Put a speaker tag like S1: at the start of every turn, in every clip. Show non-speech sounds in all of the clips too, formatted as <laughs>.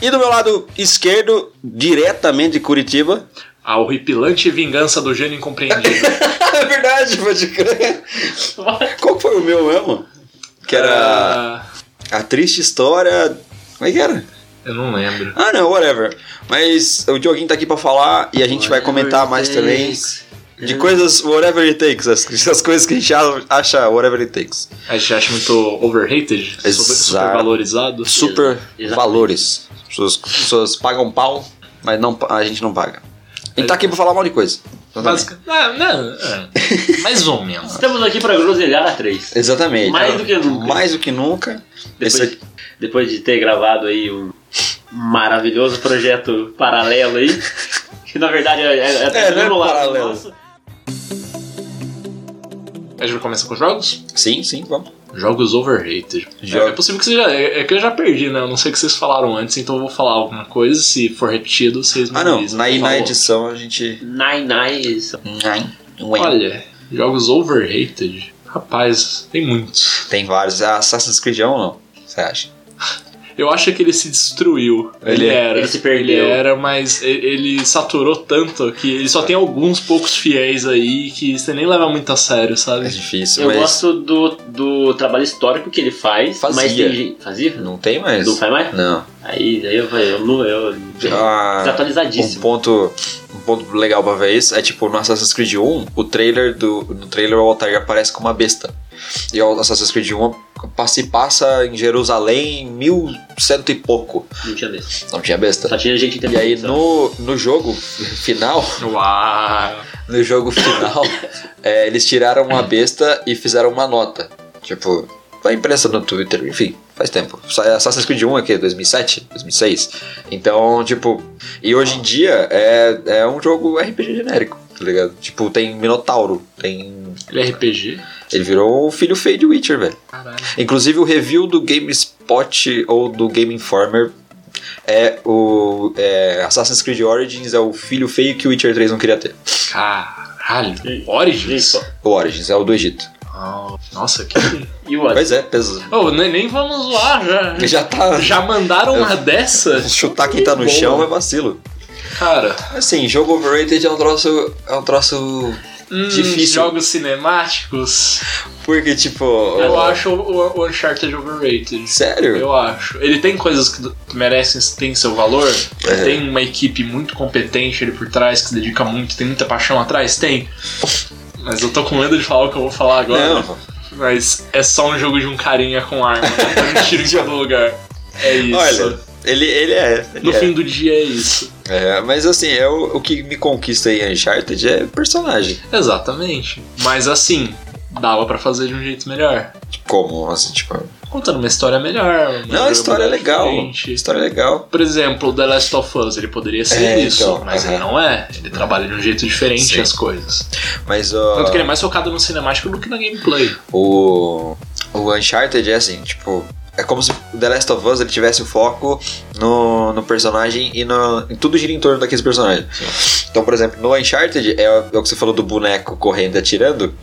S1: E do meu lado esquerdo, diretamente de Curitiba.
S2: A horripilante vingança do gênio incompreendido.
S1: <laughs> é verdade, pode crer. Qual foi o meu mesmo? <laughs> Que era. A triste história. Como é que era?
S2: Ah, Eu não lembro.
S1: Ah, não, whatever. Mas o Dioguinho tá aqui pra falar e a gente vai comentar mais também de coisas, whatever it takes, as, as coisas que a gente a- acha, whatever it takes.
S2: A gente acha muito overrated, super,
S1: Exato.
S2: supervalorizado.
S1: Super
S3: Exatamente.
S1: valores. As pessoas, as pessoas pagam pau, mas não, pa- a gente não paga. A gente tá aqui pra falar mal de coisa. Exatamente.
S2: Basica. Ah,
S1: <laughs>
S2: não, é. Mais ou menos.
S3: Estamos aqui pra groselhar a três.
S1: Exatamente. Ah,
S3: Mais do que nunca.
S1: Mais do que nunca. Esse
S3: Depois,
S1: aqui-
S3: depois de ter gravado aí um maravilhoso projeto paralelo aí, <laughs> que na verdade é, é, é,
S1: É, não é
S3: mesmo lado
S1: paralelo.
S3: nosso.
S2: A gente começa com jogos?
S1: Sim, sim, vamos.
S2: Jogos overrated.
S1: Jogo.
S2: É, é possível que você já. É, é que eu já perdi, né? Eu não sei o que vocês falaram antes, então eu vou falar alguma coisa. Se for repetido, vocês me
S1: Ah, não.
S2: avisam,
S1: Na,
S2: por
S1: na
S2: favor.
S1: edição a gente.
S3: Nine Nines.
S2: Olha, jogos overrated. Rapaz, tem muitos.
S1: Tem vários. Ah, Assassin's Creed é um ou não? Você acha?
S2: Eu acho que ele se destruiu.
S1: Ele-
S2: Ele, era.
S3: ele se perdeu.
S1: é
S2: Ele era, mas e- ele saturou tanto que ele só tem alguns poucos fiéis aí que você nem leva muito a sério,
S1: É
S2: sabe?
S1: difícil,
S3: Eu
S1: mas.
S3: gosto do, do trabalho histórico que ele faz,
S1: Fazia.
S3: mas tem gente. Fazia?
S1: Não tem mais.
S3: Não faz mais?
S1: Não.
S3: Aí, aí eu falei, eu não. Eu, tá
S1: Ah, um
S3: desatualizadíssimo.
S1: ponto, um ponto legal pra ver isso é tipo no Assassin's Creed 1, o trailer do no trailer o Altair aparece com uma besta. E o Assassin's Creed 1 se passa em Jerusalém em 1100 e pouco.
S3: Não tinha desse.
S1: Não tinha
S3: Só
S1: besta.
S3: tinha gente
S1: E
S3: entendendo.
S1: aí
S3: só.
S1: no, no jogo final,
S2: Uau!
S1: no jogo final, é, eles tiraram uma besta e fizeram uma nota. Tipo, foi imprensa no Twitter, enfim, faz tempo. Sa- é Assassin's Creed 1 aqui, 2007, 2006. Então, tipo, e hoje em dia é, é um jogo RPG genérico, tá ligado? Tipo, tem Minotauro, tem.
S2: Ele é RPG?
S1: Ele virou um filho feio de Witcher, velho.
S2: Caralho.
S1: Inclusive o review do GameSpot ou do Game Informer é o. é, Assassin's Creed Origins é o filho feio que o Witcher 3 não queria ter.
S2: Caralho.
S3: Gente,
S2: Origins?
S3: só.
S1: O Origins, é o do Egito.
S2: Ah, Nossa, que. <laughs>
S3: E o outro?
S1: Pois é, peso.
S2: oh, nem, nem vamos zoar, já.
S1: Já tá.
S2: Já né? mandaram uma dessa?
S1: <laughs> Chutar quem tá no
S2: Boa.
S1: chão é vacilo.
S2: Cara,
S1: Assim, jogo overrated é um troço. É um troço.
S2: hum,
S1: Difícil.
S2: jogos cinemáticos.
S1: Porque, tipo.
S2: Eu
S1: ó,
S2: acho o, o Uncharted overrated.
S1: Sério?
S2: É Eu acho. Ele tem coisas que do- que merecem, tem seu valor.
S1: É.
S2: Tem uma equipe muito competente ali por trás, que se dedica muito, tem muita paixão atrás? Tem. Mas eu tô com medo de falar o que eu vou falar agora.
S1: Não.
S2: Mas é só um jogo de um carinha com arma, né? Dando
S1: <laughs>
S2: tiro em todo lugar. É isso.
S1: Olha, ele, ele é. ele
S2: no
S1: é.
S2: fim do dia é isso.
S1: É, mas assim, é o, o que me conquista em Uncharted é personagem.
S2: Exatamente. Mas assim, dava pra fazer de um jeito melhor.
S1: Como? Assim, tipo.
S2: Contando uma história melhor. uma
S1: Não, a história é
S2: jogabilidade
S1: legal.
S2: diferente.
S1: A história é legal.
S2: Por exemplo, The Last of Us, ele poderia ser
S1: É,
S2: isso,
S1: então,
S2: mas
S1: aham.
S2: ele não é. Ele trabalha de um jeito diferente
S1: Sim.
S2: as coisas.
S1: Mas ó,
S2: Tanto que ele é mais focado no cinemático do que na gameplay.
S1: o. O Uncharted é assim, tipo. É como se o The Last of Us ele tivesse o foco no, no personagem e no, em tudo gira em torno daquele personagem. Então, por exemplo, no Uncharted, é o, é o que você falou do boneco correndo e atirando.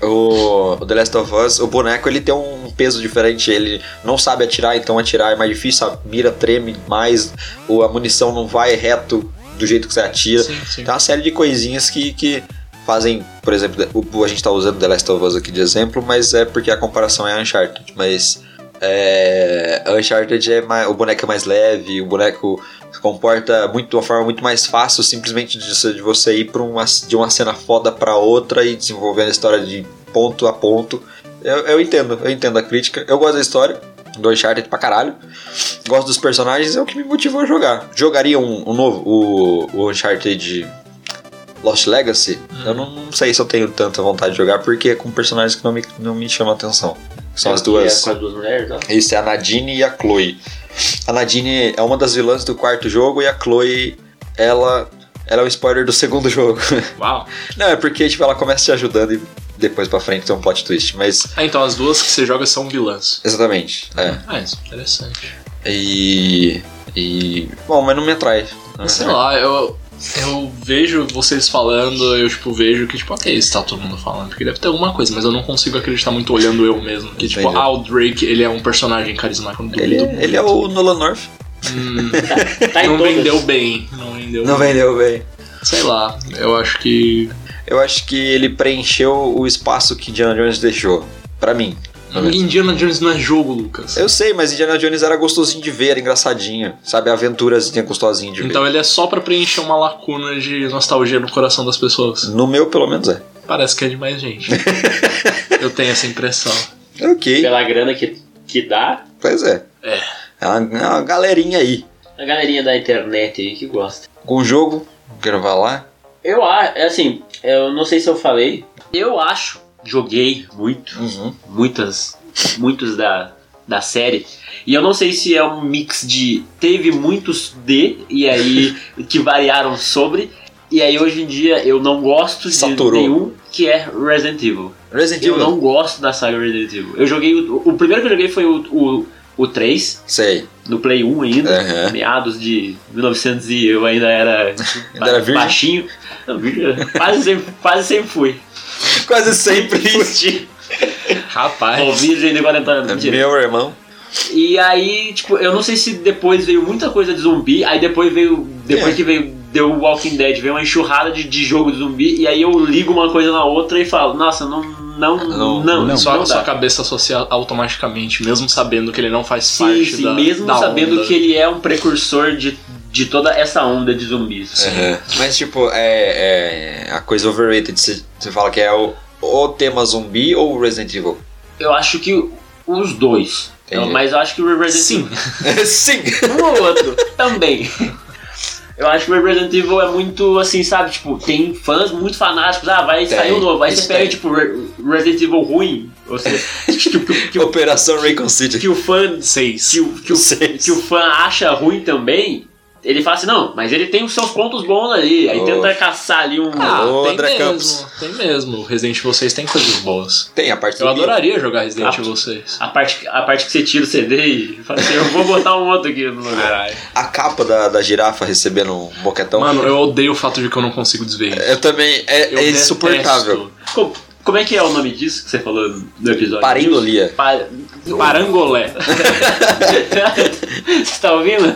S1: O, o The Last of Us, o boneco ele tem um peso diferente, ele não sabe atirar, então atirar é mais difícil, a mira treme mais, o, a munição não vai reto do jeito que você atira.
S2: Sim, sim.
S1: Tem uma série de coisinhas que, que fazem, por exemplo, o- a gente tá usando The Last of Us aqui de exemplo, mas é porque a comparação é Uncharted. Mas é, Uncharted é mais, o boneco é mais leve, o boneco se comporta muito, de uma forma muito mais fácil, simplesmente de, você- de você ir pra uma, de uma cena foda pra outra e desenvolvendo a história de ponto a ponto. Eu, eu entendo, eu entendo a crítica. Eu gosto da história do Uncharted pra caralho. Gosto dos personagens, é o que me motivou a jogar. Jogaria um, um novo, o, o Uncharted Lost Legacy? Eu não, não sei se eu tenho tanta vontade de jogar, porque é com personagens que não me, não me chamam a atenção. São as
S3: E
S1: duas.
S3: é Com as duas mulheres, ó.
S1: Isso é a Nadine e a Chloe. A Nadine é uma das vilãs do quarto jogo e a Chloe, ela, ela é um spoiler do segundo <laughs> jogo.
S2: Uau.
S1: Não, é porque tipo, ela começa te ajudando e depois pra frente tem um plot twist, mas.
S2: Ah, então as duas que você joga são vilãs.
S1: Exatamente. É.
S2: Ah, isso é interessante.
S1: E. E. Bom, mas não me atrai. Não me
S2: Sei
S1: atrai.
S2: lá, eu. Eu vejo vocês falando, eu tipo vejo que, tipo, ok, isso tá todo mundo falando, porque deve ter alguma coisa, mas eu não consigo acreditar muito olhando eu mesmo. Que, tipo,
S1: Entendi.
S2: ah, o Drake, ele é um personagem carismático.
S1: Ele, é- ele é o Nolan North.
S2: Hum,
S3: <laughs> Tá em
S2: não
S3: todas.
S2: vendeu bem. Não vendeu
S1: Não
S2: bem.
S1: vendeu bem.
S2: Sei lá, eu acho que.
S1: Eu acho que ele preencheu o espaço que Indiana Jones deixou. Pra mim.
S2: Tá
S1: pelo menos.
S2: Indiana Jones não é jogo, Lucas.
S1: Eu sei, mas Indiana Jones era gostosinho de ver, era engraçadinho. Sabe, aventurazinha gostosinha de ver.
S2: Então ele é só pra preencher uma lacuna de nostalgia no coração das pessoas.
S1: No meu, pelo menos, é.
S2: Parece que é de mais <laughs> gente. eu tenho essa impressão.
S1: É Ok,
S3: Pela grana que, que dá,
S1: pois é.
S2: É.
S1: É uma, é uma galerinha aí.
S3: a galerinha da internet aí que gosta.
S1: Com o jogo, gravar lá.
S3: Eu acho, assim, eu não sei se eu falei. Eu acho, joguei muito,
S1: Uhum.
S3: muitas, muitos da, da série. E eu não sei se é um mix de teve muitos de, e aí que variaram sobre. E aí hoje em dia eu não gosto de
S1: Saturou. tipo?
S3: nenhum que é Resident Evil.
S1: Resident
S3: Eu
S1: Evil.
S3: não gosto da saga Resident Evil. Eu joguei. O, o primeiro que eu joguei foi o, o, o 3,
S1: Sei. É,
S3: no Play 1 ainda.
S1: Aham.
S3: Meados de 1900 e eu ainda era,
S1: Ainda era virgem?
S3: baixinho. Não, virgem, quase, sempre, quase sempre fui.
S1: Quase sempre.
S3: Fusti. Ou
S2: Rapaz.
S3: virgem de 40 anos. Mentira.
S1: é Meu irmão.
S3: E aí, tipo, eu não sei se depois veio muita coisa de zumbi, aí depois veio. Depois
S1: É.
S3: que veio. Deu Walking Dead, veio uma enxurrada de, de jogo de zumbi, e aí eu ligo uma coisa na outra e falo, nossa, não. Não, não, não,
S2: Só sua,
S3: dá.
S2: sua cabeça associa automaticamente, mesmo sabendo que ele não faz
S3: Sim,
S2: parte
S3: sim,
S2: da.
S3: mesmo
S2: da
S3: sabendo
S2: onda.
S3: que ele é um precursor de, de toda essa onda de zumbis.
S1: Aham. Mas, tipo, é, é a coisa overrated. Você você fala que é o, o tema zumbi ou Resident Evil? <laughs>
S3: Eu acho que os dois.
S1: Entendi.
S3: Eu- mas eu acho que o
S2: Sim.
S3: Resident Evil.
S1: Sim.
S3: Um ou outro também. Eu acho que o Resident Evil é muito assim, sabe? Tipo, tem fãs muito fanáticos. Ah, vai
S1: Tem,
S3: sair um novo. Aí
S1: isso
S3: você pega,
S1: tem.
S3: tipo, Re- Resident Evil ruim. Ou seja, que, que- que o-
S1: Operação Raycon City.
S3: que o fã.
S2: Seis.
S3: Que o, que o que o fã acha ruim também, ele fala assim, não, mas ele tem os seus pontos bons ali. Aí
S1: Oh.
S3: tenta caçar ali um.
S1: Ah, Alô,
S2: tem
S1: André
S2: mesmo,
S1: Campos.
S2: Tem mesmo. O Resident Evil 6 tem coisas boas.
S1: Tem a parte
S2: Eu
S1: do
S2: adoraria jogar Resident
S3: Ah.
S2: Evil 6.
S3: A parte, a parte que você tira o CD e fala assim, eu vou botar um outro aqui no lugar.
S1: A capa da, da girafa recebendo um boquetão.
S2: Mano, eu odeio o fato de que eu não consigo desver isso.
S1: eu também. É,
S2: é. Eu
S1: é insuportável.
S2: detesto.
S3: Co- Como, é que é o nome disso que você falou no episódio?
S1: Parendolia.
S3: Pa-
S1: <laughs>
S2: Parangolé.
S3: você tá ouvindo?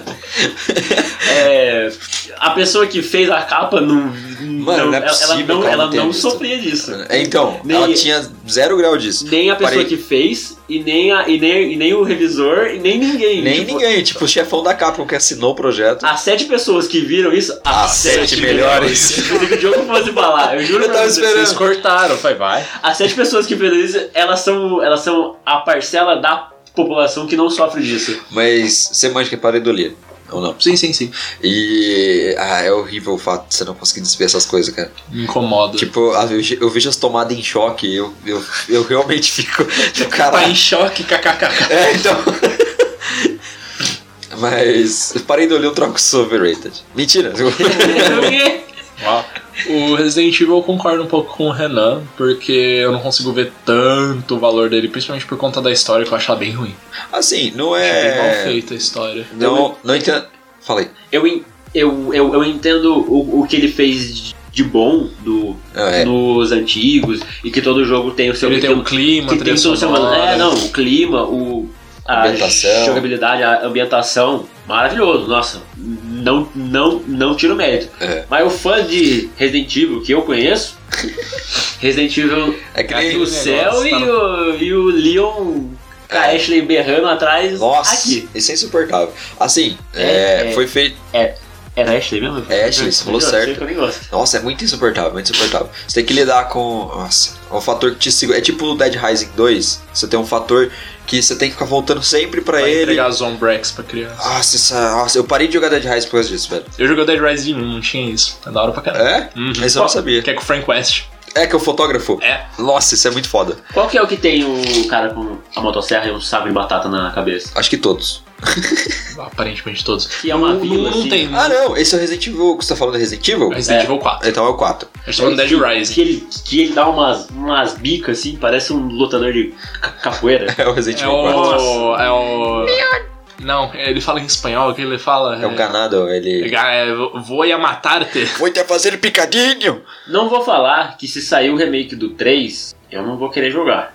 S3: É, a pessoa que fez a capa não.
S1: Mano,
S3: não-
S1: não é
S3: ela-
S1: possível que
S3: ela não,
S1: ela
S3: ela
S1: não tenha
S3: não
S1: visto.
S3: sofria disso.
S1: Então,
S3: É, Nem-
S1: ela tinha zero grau disso.
S3: Nem a pessoa
S1: Parei-
S3: que fez, e nem, a- e, nem, e nem o revisor, e nem ninguém.
S1: Nem
S3: Tipo, Ah.
S1: ninguém, tipo, o chefão da Capcom que assinou o projeto.
S3: As sete pessoas que viram isso,
S1: As
S3: as,
S1: sete
S3: <laughs>
S1: melhores.
S3: Eu pensei que o Diogo fosse falar, eu juro
S1: Eu
S3: pra
S1: tava
S3: você.
S1: esperando.
S2: Vocês cortaram, vai, vai.
S3: As sete pessoas que viram isso, elas são, elas são a parcela da população que não
S2: <laughs>
S3: sofre disso.
S1: Mas você manja que é pareidolia. Ou não?
S2: Sim, sim, sim.
S1: E. Ah, é horrível o fato de você não conseguir desver essas coisas, cara.
S2: Me incomoda.
S1: Tipo, a- eu, eu vejo as tomadas em choque, eu, eu, eu realmente <laughs> fico. Tipo,
S2: tá em
S1: caralho.
S2: choque, kkkk.
S1: É, então. Mas. Pareidolia é um troco overrated.
S2: <laughs>
S1: Mentira.
S3: Porque
S2: O Resident Evil eu concordo um pouco com o Renan, porque eu não consigo ver tanto o valor dele, principalmente por conta da história que eu acho ela bem ruim.
S1: Assim, não
S2: Acho bem mal
S1: é.
S2: feita a história.
S1: Não, não entendo. Falei.
S3: eu, en- eu, eu, eu entendo o, o que ele fez de- de bom do,
S1: Ah, é.
S3: nos antigos, e que todo jogo tem o seu
S2: Ele tem um clima, né?
S3: que tem
S2: trilha
S3: todo o seu
S2: sonora.
S3: É, não, o clima, o a
S1: Ambientação.
S3: jogabilidade, a ambientação, maravilhoso, nossa, não não não tiro mérito.
S1: É.
S3: Mas o fã de Resident Evil que eu conheço,
S1: <laughs>
S3: Resident Evil
S1: É que
S2: Aqui
S1: nem.
S3: do
S2: o
S3: céu
S2: negócio
S3: e,
S2: tá
S3: o, e o Leon com a Ashley berrando atrás
S1: Nossa,
S3: aqui.
S1: isso é insuportável. Assim,
S3: É,
S1: é,
S3: é.
S1: foi feito.
S3: Era Ashley mesmo?
S1: É Ashley, você falou
S3: Eu sei
S1: certo.
S3: que eu nem gosto.
S1: Nossa, é muito insuportável, muito insuportável. Você tem que lidar com. Nossa, é um fator que te segura. É tipo o Dead Rising 2. Você tem um fator que você tem que ficar voltando sempre pra
S2: Vai
S1: ele.
S2: entregar Zombrex pra criança.
S1: Nossa, isso- nossa, eu parei de jogar Dead Rising por causa disso, velho.
S2: Eu joguei o Dead Rising 1, não tinha isso. É da hora pra caralho.
S1: É?
S2: Uhum.
S1: Mas eu não sabia.
S2: Que é com o Frank West.
S1: É que é o fotógrafo?
S2: É.
S1: Nossa, isso é muito foda.
S3: Qual que é o que tem o cara com a motosserra e um sabre de batata na cabeça?
S1: Acho que todos.
S2: Aparentemente todos.
S3: Que é uma
S2: não,
S3: vila,
S2: não, não
S3: assim.
S2: tem.
S1: Ah, não, esse é o Resident Evil. Você tá falando do Resident Evil?
S2: Resident
S3: É.
S2: Evil 4.
S1: Então é o 4.
S2: A gente tá falando Dead
S3: Que
S2: Rising.
S3: ele, que ele dá umas, umas bicas assim, parece um lutador de ca- capoeira.
S1: É o Resident
S2: É
S1: Evil 4.
S2: o. É o. Não, ele fala em espanhol, o que ele fala?
S1: É um ganado, ele.
S2: É, vou ia
S1: <laughs>
S2: matar-te.
S1: Vou te fazer picadinho!
S3: Não vou falar que se sair o remake do 3, eu não vou querer jogar.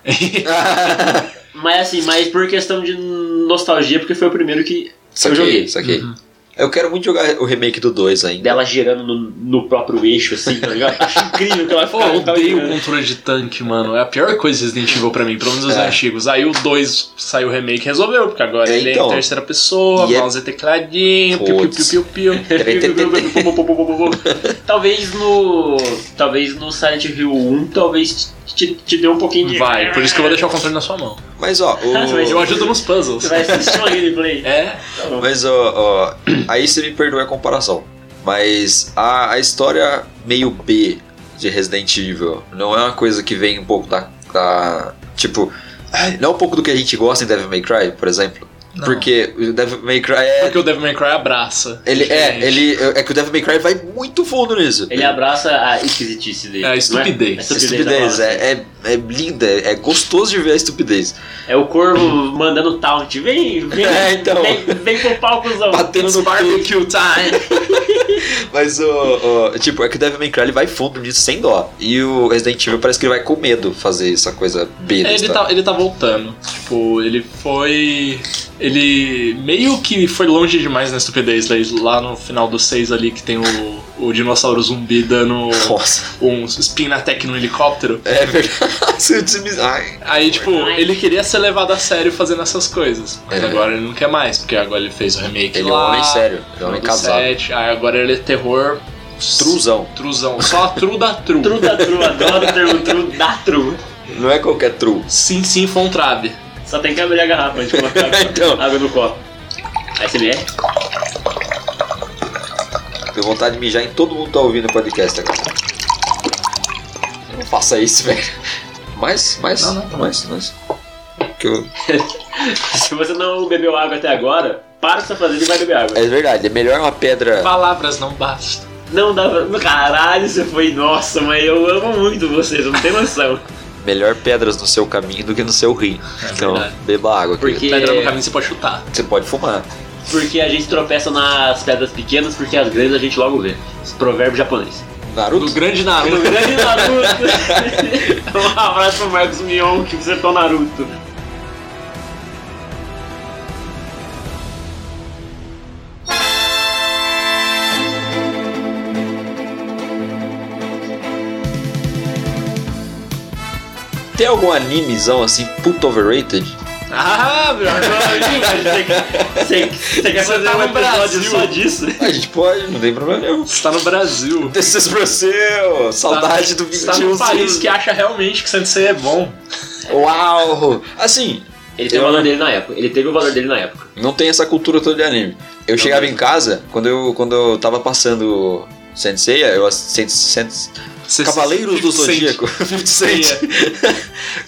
S3: Mas assim, mas por questão de nostalgia, porque foi o primeiro que
S1: <laughs> Saquei,
S3: joguei.
S1: saquei.
S2: Uhum.
S1: Eu quero muito jogar o remake do 2 ainda.
S3: Dela girando no, no próprio eixo, assim, tá ligado? Acho incrível que ela
S2: Pô, eu odeio o controle de tanque, mano. É a pior coisa de Resident Evil pra mim, pelo menos os
S1: É.
S2: antigos. Aí o 2 saiu o remake resolveu, porque agora
S1: É,
S2: ele é
S1: então.
S2: em terceira pessoa,
S1: E é-
S2: mouse e tecladinho, piu piu
S1: Puts.
S2: piu
S1: <laughs>
S2: piu piu. <laughs>
S3: Talvez no. Talvez no Silent Hill 1, talvez te, te dê um pouquinho de.
S2: Vai, por isso que eu vou deixar o controle na sua mão.
S1: Mas ó,
S3: Mas
S2: Eu
S1: o...
S2: ajudo nos puzzles.
S3: Você <laughs> vai assistir uma gameplay.
S2: É,
S3: Tá bom.
S1: mas ó, <clears throat> ó, aí você me perdoa a comparação. Mas a, a história meio B de Resident Evil não é uma coisa que vem um pouco da. da- tipo, ai, não é um pouco do que a gente gosta em Devil May Cry, por exemplo.
S2: Não.
S1: Porque o Devil May Cry é.
S2: porque o Devil May Cry abraça.
S1: Ele, é,
S2: Gente.
S1: ele, é que o Devil May Cry vai muito fundo nisso.
S3: Ele abraça a esquisitice dele.
S2: É, a
S3: não
S2: estupidez.
S3: É,
S1: Estupidez,
S3: da palavra.
S1: é, é, é linda, é gostoso de ver a estupidez.
S3: É o corvo mandando taunt. Vem, vem,
S1: É, então.
S3: vem, vem pro palcozão.
S1: Batendo
S2: It's
S1: no cu.
S2: barbecue time.
S1: Mas o, o- Tipo, é que o Devil May Cry ele vai fundo nisso sem dó. E o Resident Evil parece que ele vai com medo fazer essa coisa B da
S2: É, ele
S1: história.
S2: tá, ele tá voltando. Tipo, ele foi. Ele meio que foi longe demais na estupidez daí, lá no final do 6 ali que tem o, o dinossauro zumbi dando
S1: <laughs> Nossa,
S2: um spin attack no helicóptero.
S1: é verdade. <laughs> Se eu desmi- Ai.
S2: Aí, tipo,
S3: Ai.
S2: ele queria ser levado a sério fazendo essas coisas. Mas
S1: É.
S2: agora ele não quer mais, porque agora ele fez o remake
S1: Ele é um
S2: lá.
S1: homem sério, ele é um homem
S2: do
S1: casado.
S2: sete, aí agora ele é terror.
S1: Truzão.
S2: Truzão. Só a tru da tru.
S3: Tru da tru, adoro o termo tru da tru.
S1: Não é qualquer true.
S2: Sim, sim, um Fontrab.
S3: Só tem que abrir a garrafa antes
S1: <laughs>
S3: de colocar
S1: Então.
S3: água no copo. Aí você vê.
S1: Tenho vontade de mijar em todo mundo que tá ouvindo o podcast agora. Não faça isso, <laughs> velho. Mas, mas.
S2: Não, não, não.
S1: Mas, mas. Que eu-
S3: <laughs> Se você não bebeu água até agora, para o que você tá fazendo e vai beber água.
S1: É verdade, é melhor uma pedra.
S2: Palavras não bastam.
S3: Não dá pra... Caralho, você foi... Nossa, mas eu amo muito vocês, não tem noção.
S1: Melhor pedras no seu caminho do que no seu rim. então,
S2: É verdade.
S1: beba água. querido.
S3: Porque,
S2: Pedra no caminho você pode chutar.
S1: Você pode fumar.
S3: porque a gente tropeça nas pedras pequenas, porque as grandes a gente logo vê. Esse provérbio japonês. <laughs>
S1: Naruto?
S2: Do grande
S3: No
S2: Naruto.
S3: Um grande Naruto. <laughs> um abraço pro Marcos Mion, que você tá Naruto.
S1: Tem algum animezão assim, puto overrated?
S2: Ah, meu
S3: Você, você quer
S2: Você
S3: fazer
S2: tá
S3: um
S2: no
S3: episódio
S2: Brasil.
S3: só disso?
S1: A gente pode, não tem problema nenhum.
S2: Você tá no Brasil.
S1: This is Brasil! Saudade do
S2: Você tá num
S1: 21
S2: país que acha realmente que Sensei é bom.
S1: Uau! Assim,
S3: Ele teve
S1: Eu-
S3: o valor dele na época. Ele teve o valor dele na época.
S1: não tem essa cultura toda de anime. Eu chegava em casa, quando eu, quando eu tava passando Sensei, eu assisti Sensei,
S2: Você-
S1: Cavaleiros do
S2: Sente.
S1: Zodíaco. <laughs> 50 Cent.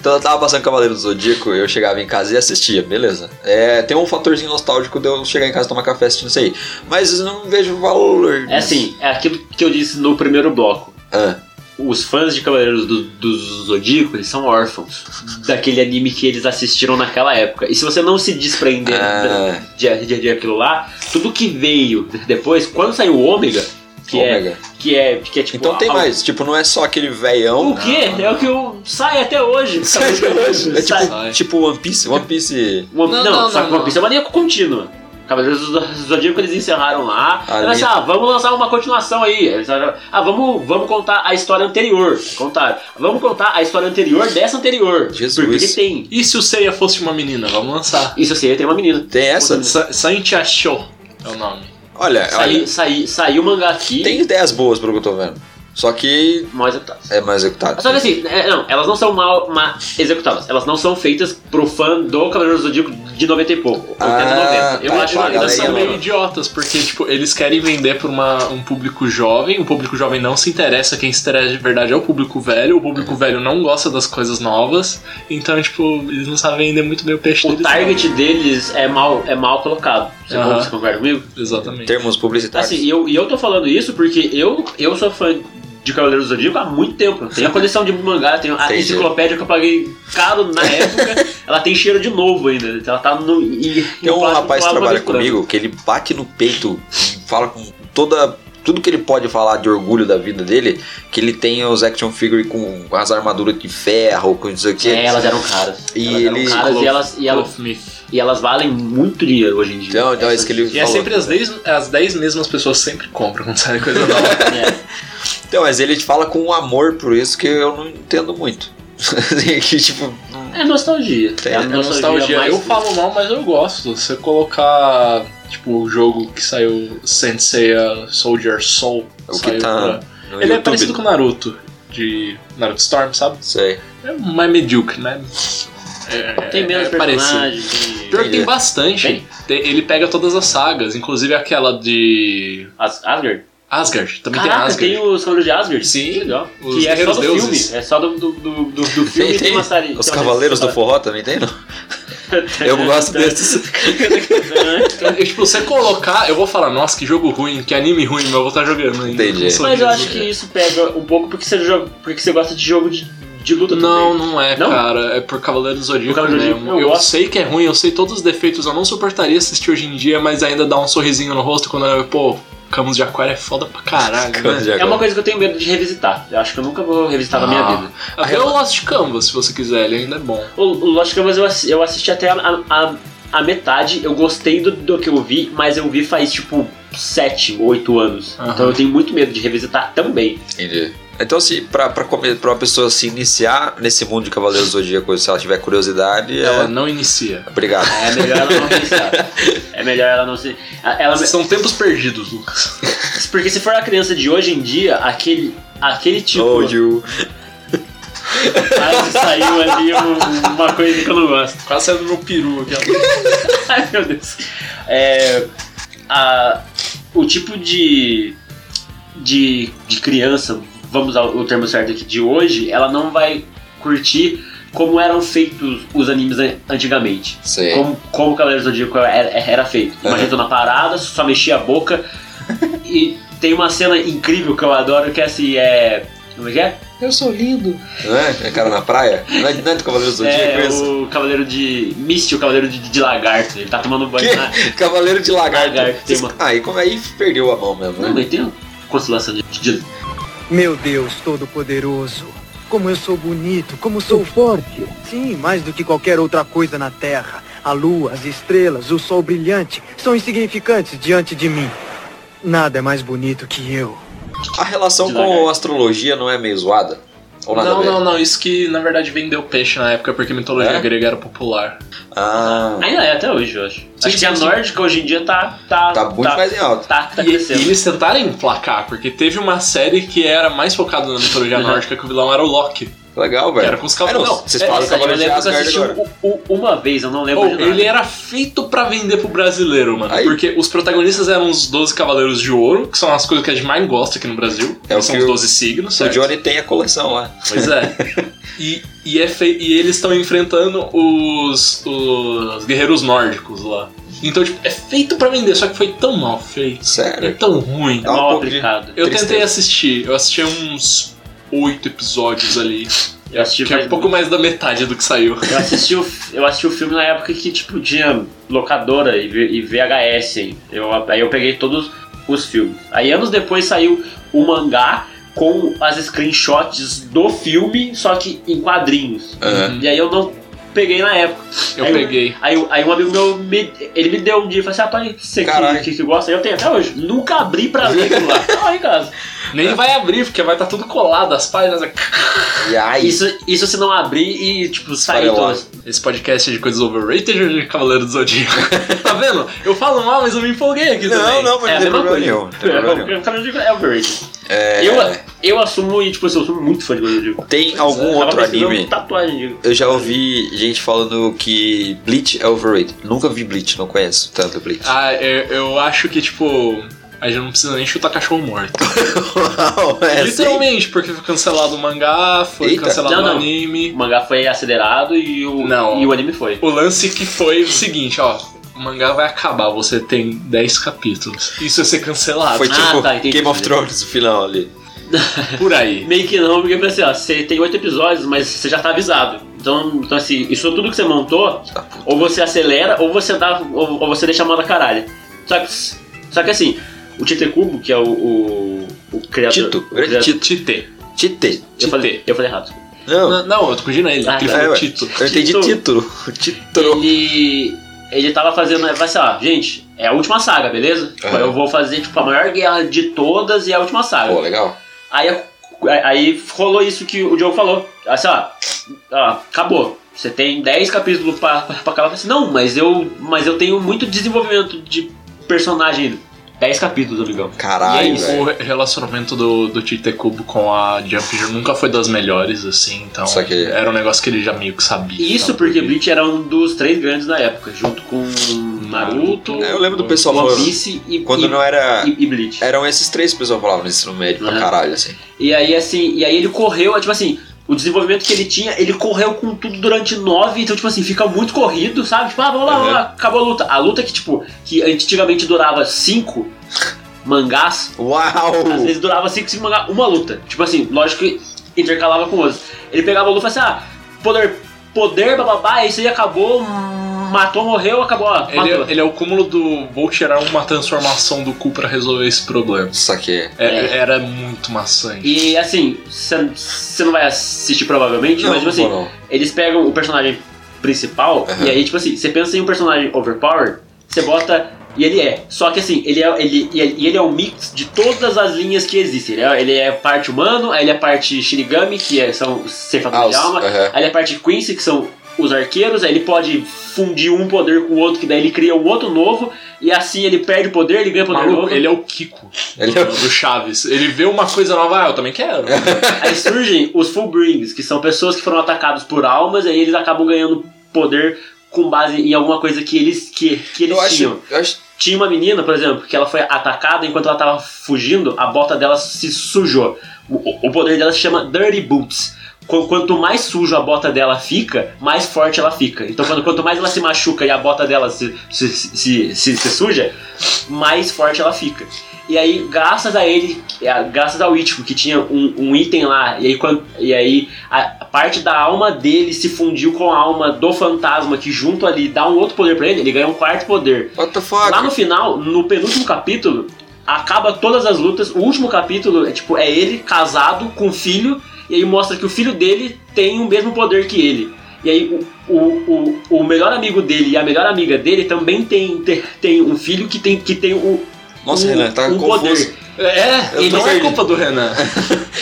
S1: então eu tava passando Cavaleiros do Zodíaco, eu chegava em casa e assistia, beleza. É, tem um fatorzinho nostálgico de eu chegar em casa tomar café assistindo isso aí. Mas eu não vejo valor.
S3: É assim, é aquilo que eu disse no primeiro bloco.
S1: Ah,
S3: Os fãs de Cavaleiros do, do Zodíaco, eles são órfãos daquele anime que eles assistiram naquela época. E se você não se desprender
S1: Ah.
S3: de, de, de aquilo lá, tudo que veio depois, quando saiu o Ômega, que, É,
S1: Ômega.
S3: que, é, que é tipo.
S1: ah, Então tem
S3: a-
S1: mais, tipo, não é só aquele veião. <laughs>
S3: O quê? É o que eu sai até hoje.
S1: Sai de hoje. É
S3: Sai.
S1: tipo, tipo One Piece. One Piece.
S3: Uma-
S2: Não,
S3: não,
S2: não,
S3: só
S2: não,
S3: que One
S2: não.
S3: Piece é uma linha contínua. Cavaleiros do Zodíaco eles encerraram lá.
S1: A
S3: Mas,
S1: linha-
S3: ah, vamos lançar uma continuação aí. Eles falaram, Ah, vamos, vamos contar a história anterior. Contaram. Vamos contar a história anterior dessa anterior.
S1: Jesus.
S3: Porque ele tem.
S2: E se o Seiya fosse uma menina? Vamos lançar.
S3: Isso eu sei, tem uma menina.
S1: Tem essa?
S2: Sa- Sanchi Ashou é o nome.
S1: Olha,
S3: Saiu
S1: olha.
S3: sai, saiu o mangá aqui.
S1: Tem ideias boas pro que eu tô vendo. Só que
S3: Mal executadas.
S1: é mal executado.
S3: Só que assim, é, não, elas não são mal, má executadas. Elas não são feitas pro fã do Cavaleiros do Zodíaco de 90 e pouco. 80
S1: Ah,
S3: 90. Eu
S1: tá,
S3: acho
S1: tá,
S2: Eles
S3: que é ainda
S1: galera,
S2: são
S3: são
S1: mano.
S2: meio idiotas, porque tipo, eles querem vender pra uma- um público jovem, o público jovem não se interessa, quem se interessa de verdade é o público velho, o público velho não gosta das coisas novas, então, tipo, eles não sabem vender muito bem o peixe
S3: o
S2: deles. não.
S3: target deles é mal, é mal colocado. Você
S2: Aham.
S3: você concorda comigo?
S1: Em
S2: Exatamente.
S1: termos publicitários.
S3: Assim, e eu, e eu tô falando isso porque eu, eu sou fã de Cavaleiros do Zodíaco há muito tempo. Eu Tenho a coleção de mangá, tenho a
S1: Entendi.
S3: enciclopédia que eu paguei caro na
S1: <laughs>
S3: época. ela tem cheiro de novo ainda. Ela tá no. E,
S1: Tem um rapaz que trabalha
S3: comigo
S1: comigo que ele bate no peito, fala com toda tudo que ele pode falar de orgulho da vida dele, que ele tem os action figure com as armaduras de ferro, com isso aqui.
S3: É, elas eram caras.
S1: E
S3: elas
S1: ele-
S3: eram caras e elas, e, elas, e elas valem muito dinheiro hoje em dia.
S1: Então, então é
S3: Essas-
S1: isso que ele
S2: E é
S1: falou.
S2: sempre as 10 as dez mesmas pessoas sempre compram quando sai coisa
S3: <laughs>
S2: nova.
S3: É.
S1: Então, mas ele fala com um amor por isso que eu não entendo muito. <laughs> que, tipo, não-
S3: É nostalgia.
S1: É,
S3: a
S1: é
S2: É nostalgia. Eu falo mal, mas eu gosto. Se você colocar, tipo, o jogo que saiu Sensei Soldier Soul.
S1: O que
S2: saiu
S1: tá
S2: pra-
S1: no
S2: Ele é
S1: YouTube,
S2: parecido com Naruto, de Naruto Storm, sabe?
S1: Sei.
S2: É mais medíocre, né? É-
S3: Tem menos
S2: é parecido.
S3: personagens. tem-
S2: Pior que tem
S1: Entendi.
S2: bastante.
S3: Tem?
S2: Tem- Ele pega todas as sagas, inclusive aquela de
S3: As- Asgard?
S2: Asgard. Também
S3: Caraca,
S2: tem Asgard.
S3: tem os Cavaleiros de Asgard?
S2: Sim.
S3: Que legal.
S2: Os
S3: que é só
S2: Guerreiros
S3: do
S2: Deuses.
S3: filme. É só do, do, do, do- do filme
S1: Tem,
S3: e tem uma série.
S1: Os
S3: tem uma
S1: Cavaleiros do
S3: série-
S1: Forró também tem,
S3: <laughs>
S1: não? Eu gosto desses.
S2: É, tipo, você colocar, eu vou falar, nossa, que jogo ruim, que anime ruim, mas eu vou estar jogando ainda.
S1: Entendi.
S2: Não sou
S3: <laughs> Mas eu
S2: disso.
S3: acho que isso pega um pouco porque você, joga, porque você gosta de jogo de, de luta
S2: Não,
S3: também.
S2: não é,
S3: Não?
S2: cara. É por Cavaleiro do Zodíaco
S3: Por Cavaleiro
S2: mesmo.
S3: do Zodíaco,
S2: eu
S3: eu gosto.
S2: sei que é ruim, eu sei todos os defeitos, eu não suportaria assistir hoje em dia, mas ainda dá um sorrisinho no rosto quando eu, pô, Camus de Aquário é foda pra caralho,
S1: Cães
S2: né?
S1: de
S3: É uma
S1: agora.
S3: coisa que eu tenho medo de revisitar. Eu acho que eu nunca vou revisitar na minha
S2: Ah.
S3: vida.
S2: Até o Lost Canvas, se você quiser, ele ainda é bom.
S3: O, o Lost Canvas eu, assi- eu assisti até a, a, a metade, eu gostei do, do que eu vi, mas eu vi faz tipo 7, 8 anos.
S2: Aham.
S3: Então eu tenho muito medo de revisitar também.
S1: Entendi. Então, se pra, pra, come- pra uma pessoa se iniciar nesse mundo de Cavaleiros do Zodíaco, se ela tiver curiosidade,
S2: Ela
S1: é...
S2: não inicia.
S1: Obrigado.
S3: É melhor ela não pensar. <laughs> É melhor ela não se. Ela,
S2: São tempos perdidos, Lucas.
S3: porque se for a criança de hoje em dia, aquele, aquele tipo.
S1: Oh, you.
S3: Quase saiu ali um- uma coisa que eu não gosto. <laughs>
S2: Quase saiu do meu peru aqui.
S3: Ai meu Deus. É, a- o tipo de, de. de criança, vamos usar o termo certo aqui, de hoje, ela não vai curtir como eram feitos os animes an- antigamente.
S1: Sei.
S3: Como, como o Cavaleiro do Zodíaco era, era feito.
S1: É. Aham.
S3: Imagina eu tô na parada, só mexia a boca.
S1: <laughs>
S3: e tem uma cena incrível que eu adoro, que é assim, é. Como é que é? Eu sou lindo.
S1: Não é? É cara na praia? Não é, não é do Cavaleiros do Zodíaco
S3: É,
S1: isso?
S3: o cavaleiro de. Misty, o cavaleiro de, de lagarto. Ele tá tomando banho
S1: Que?
S3: na.
S1: Cavaleiro de lagarto.
S3: Lagarto, tem uma-
S1: Ah, e como aí perdeu a mão mesmo,
S3: Não,
S1: né?
S3: mas tem uma constelação de, de-
S4: Meu Deus Todo-Poderoso, como eu sou bonito, como sou forte. Sim, mais do que qualquer outra coisa na Terra. A lua, as estrelas, o sol brilhante são insignificantes diante de mim. Nada é mais bonito que eu.
S1: A relação
S3: De
S1: com
S3: lagarto.
S1: a astrologia não é meio zoada? Ou nada a
S2: Não,
S1: ver?
S2: não, não. Isso que na verdade vendeu peixe na época, porque a mitologia
S1: É?
S2: grega era popular.
S1: Ah,
S3: Ainda é até hoje, eu acho.
S2: Sim,
S3: acho que
S2: sim,
S3: a
S2: sim.
S3: nórdica hoje em dia tá. Tá,
S1: tá muito mais em alta.
S3: tá, tá
S2: E,
S3: crescendo.
S2: e eles tentaram emplacar, porque teve uma série que era mais focada na mitologia
S3: Uhum.
S2: nórdica, que o vilão era o Loki.
S1: Legal,
S2: Que
S1: velho.
S2: era com os
S1: Ah, não,
S2: cavaleiros. Não,
S1: vocês
S2: é-
S1: falam
S3: Nossa, eu
S1: Cavaleiro de
S3: lembro que eu
S1: Asgard
S3: assisti
S1: agora.
S3: um- um- uma vez, eu não lembro
S2: Ou
S3: de nada.
S2: Oh, ele é- era feito pra vender pro brasileiro, mano.
S1: Aí.
S2: Porque os protagonistas eram os 12 Cavaleiros de Ouro, que são as coisas que a gente mais gosta aqui no Brasil.
S1: É o
S2: que são
S1: que
S2: os
S1: o-
S2: 12 signos.
S1: O
S2: certo?
S1: Johnny tem a coleção lá.
S2: Pois é. E, e, é fei- e eles estão enfrentando os, os guerreiros nórdicos lá. Então, tipo, é feito pra vender, só que foi tão mal feito. É
S1: Sério?
S2: tão ruim.
S1: Dá um
S3: mal
S1: pouco de-
S3: aplicado.
S2: Eu
S1: Tristeza.
S2: tentei assistir, eu assisti uns oito episódios ali,
S3: Eu assisti
S2: que é
S3: faz-
S2: um pouco mais da metade do que saiu.
S3: Eu assisti, o, eu assisti o filme na época que, tipo, tinha locadora e, V- e VHS. hein? Eu, aí eu peguei todos os filmes. Aí anos depois saiu o mangá com as screenshots do filme, só que em quadrinhos.
S1: Aham.
S3: E aí eu não peguei na época.
S2: Eu
S1: É.
S3: Aí-
S2: peguei.
S3: Aí, um- aí um amigo meu, me- ele me deu um dia e falou assim, ah, pai, você
S1: Caralho.
S3: que, que, que gosta? Eu tenho até hoje. Nunca abri pra ver aquilo lá. Tá lá em casa.
S1: É.
S2: Nem vai abrir, porque vai estar tudo colado, as páginas. é
S1: E aí?
S3: Isso, isso se não abrir e, tipo, sair
S1: Esfarelar.
S3: todas.
S2: Esse podcast é de coisas overrated ou de Cavaleiro do
S1: <laughs>
S2: Zodíaco? tá vendo? Eu falo mal, mas eu me empolguei aqui
S1: Não,
S2: também.
S1: não, mas
S3: É
S1: não
S3: a
S1: tem
S3: mesma
S1: problema
S3: coisa.
S1: nenhum. não tem problema nenhum.
S3: Eu, eu, é overrated.
S1: É,
S3: Eu, é, eu assumo e, tipo, assim, eu sou muito fã de Golden Digo.
S1: Tem algum outro anime?
S3: Tatuagem, digo.
S1: Eu já ouvi gente falando que Bleach é overrated. Nunca vi Bleach, não conheço tanto Bleach.
S2: Ah, eu, eu acho que, tipo, a gente não precisa nem chutar cachorro morto.
S1: Uau, <laughs> é assim?
S2: Literalmente, porque foi cancelado o mangá, foi
S1: Eita.
S2: cancelado
S3: Não,
S2: o
S3: não.
S2: anime.
S3: O mangá foi acelerado e o,
S2: Não.
S3: e o anime foi.
S2: O lance que foi o seguinte, ó. O mangá vai acabar, você tem 10 capítulos. Isso ia ser cancelado.
S1: Foi
S3: Ah,
S1: tipo
S3: tá, entendi.
S1: Game of Thrones o final ali.
S2: por aí.
S3: Meio que não, porque eu pensei, ó, você tem oito episódios, mas você já tá avisado. Então, então assim, isso tudo que você montou,
S1: Tá
S3: ou você acelera, ou você dá, ou, ou você deixa a mão na caralho. Só que, só que assim, O Tite Cubo, que é o, o, o criador.
S1: Tito,
S3: o
S1: grande
S3: criador-
S1: Tito.
S2: Tite.
S1: Tite.
S3: Eu falei,
S2: Tite.
S3: eu falei errado.
S1: Não,
S2: Não, não, eu tô corrigindo ele.
S3: Ah,
S2: ele
S3: tá.
S1: É,
S2: falou
S1: ué.
S2: Tito.
S1: eu entendi
S3: Tito.
S1: título. <laughs> Título.
S3: Ele. Ele tava fazendo. Vai ser, ó, gente, é a última saga, beleza? Tipo,
S1: Aham.
S3: Eu vou fazer, tipo, a maior guerra de todas e a última saga.
S1: Pô, legal.
S3: Aí, aí rolou isso que o Diogo falou. Assim, ó, ó, acabou. Você tem 10 capítulos pra, pra, pra acabar. Assim, não, mas eu, mas eu tenho muito desenvolvimento de personagem ainda. 10 capítulos, amigão. E é
S1: Caralho,
S3: isso.
S1: velho.
S2: O relacionamento do, do Tite Kubo com a Jump Jr. nunca foi das melhores, assim, então
S1: Só que-
S2: era um negócio que ele já meio que sabia.
S3: E
S1: é
S3: isso
S2: sabe?
S3: porque Bleach era um dos três grandes da época, junto com Naruto,
S1: É, Eu lembro do pessoal
S3: One
S1: falando.
S3: Piece e,
S1: Quando
S3: e,
S1: não era.
S3: e- e Bleach.
S1: Eram esses três que o pessoal falava no ensino médio pra
S3: Aham.
S1: caralho, assim.
S3: E aí, assim, e aí ele correu, é, tipo assim, o desenvolvimento que ele tinha, ele correu com tudo durante nove, então, tipo assim, fica muito corrido, sabe? Tipo, ah, vamos lá, vamos lá, acabou a luta. A luta que, tipo, que antigamente durava cinco mangás,
S1: Uau!
S3: às vezes durava cinco, cinco mangás, uma luta. Tipo assim, lógico que intercalava com outras. Ele pegava a luta e falava assim, ah, poder, poder, bababá, é isso aí acabou, hum, matou, morreu, acabou, ó,
S2: Ele,
S3: matou.
S2: é- ele é o cúmulo do vou tirar uma transformação do cu pra resolver esse problema.
S1: Saquei.
S2: É-
S3: É.
S2: Era muito maçante.
S3: E assim, você não vai assistir provavelmente, mas tipo assim,
S1: vou não.
S3: eles pegam o personagem principal
S1: Aham.
S3: e aí tipo assim, você pensa em um personagem overpowered, você bota e ele é. Só que assim, ele é ele e ele, e ele é um mix de todas as linhas que existem. Ele é, ele é parte humano, aí ele é parte Shinigami, que é, são os
S1: Ah,
S3: ceifadores
S1: os-
S3: de alma,
S1: aham.
S3: aí ele é parte Quincy, que são os arqueiros, aí ele pode fundir um poder com o outro, que daí ele cria um outro novo, e assim ele perde o poder, ele ganha poder
S2: Maluco,
S3: novo.
S2: ele é o Kiko
S1: Ele
S2: do,
S1: é o-
S2: do Chaves. Ele vê uma coisa nova, ah, eu também quero.
S3: Aí surgem os Fullbrings, que são pessoas que foram atacadas por almas, e aí eles acabam ganhando poder com base em alguma coisa que eles, que, que eles
S1: Eu acho,
S3: tinham.
S1: eu acho.
S3: Tinha uma menina, por exemplo, que ela foi atacada enquanto ela tava fugindo, a bota dela se sujou. O, o poder dela se chama Dirty Boots. Qu- Quanto mais sujo a bota dela fica, mais forte ela fica. Então, quando- quanto mais ela se machuca e a bota dela se, se, se, se- se suja, mais forte ela fica. E aí, graças a ele, é, graças ao Ichigo, que tinha um, um item lá, e aí, quan- e aí a parte da alma dele se fundiu com a alma do fantasma, que junto ali dá um outro poder pra ele, ele ganha um quarto poder.
S1: What the fuck?
S3: Lá no final, no penúltimo capítulo, acaba todas as lutas. O último capítulo é tipo é ele casado com um filho e aí mostra que o filho dele tem o mesmo poder que ele. E aí o, o, o, o melhor amigo dele e a melhor amiga dele também tem, tem, tem um filho que tem que tem o
S1: Nossa,
S3: um,
S1: Renan, tá
S3: um
S1: confuso.
S3: poder.
S2: É,
S1: Eu
S2: e
S1: tô
S2: não é
S1: perdido.
S2: culpa do Renan.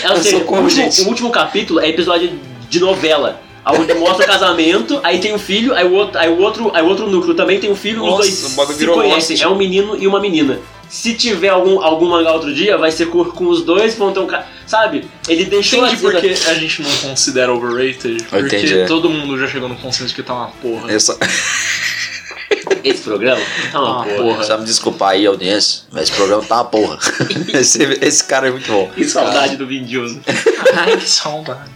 S3: É, Ou
S1: Eu
S3: seja,
S1: sou como,
S3: o, último,
S1: gente?
S3: o último capítulo é episódio de novela. Onde mostra o casamento, aí tem o filho, aí o outro, aí o outro, aí o outro núcleo também tem o filho,
S1: Nossa,
S3: os dois
S1: o bagulho
S3: se
S1: virou
S3: conhecem,
S1: Lost.
S3: é um menino e uma menina. Se tiver algum, algum mangá outro dia, vai ser com, com os dois, vão ter um ca... Sabe? Ele deixou
S2: Entendi
S3: a
S2: porque a gente não considera overrated. Porque
S1: entendi, é.
S2: todo mundo já chegou no consenso que tá uma porra.
S1: Eu só,
S3: Esse programa tá uma
S2: Ah,
S3: porra.
S2: porra.
S1: só me desculpar aí, audiência, mas o programa tá uma <laughs> porra. esse, esse cara é muito bom.
S3: Que saudade do Vin Diesel.
S2: <laughs> Ai, que saudade.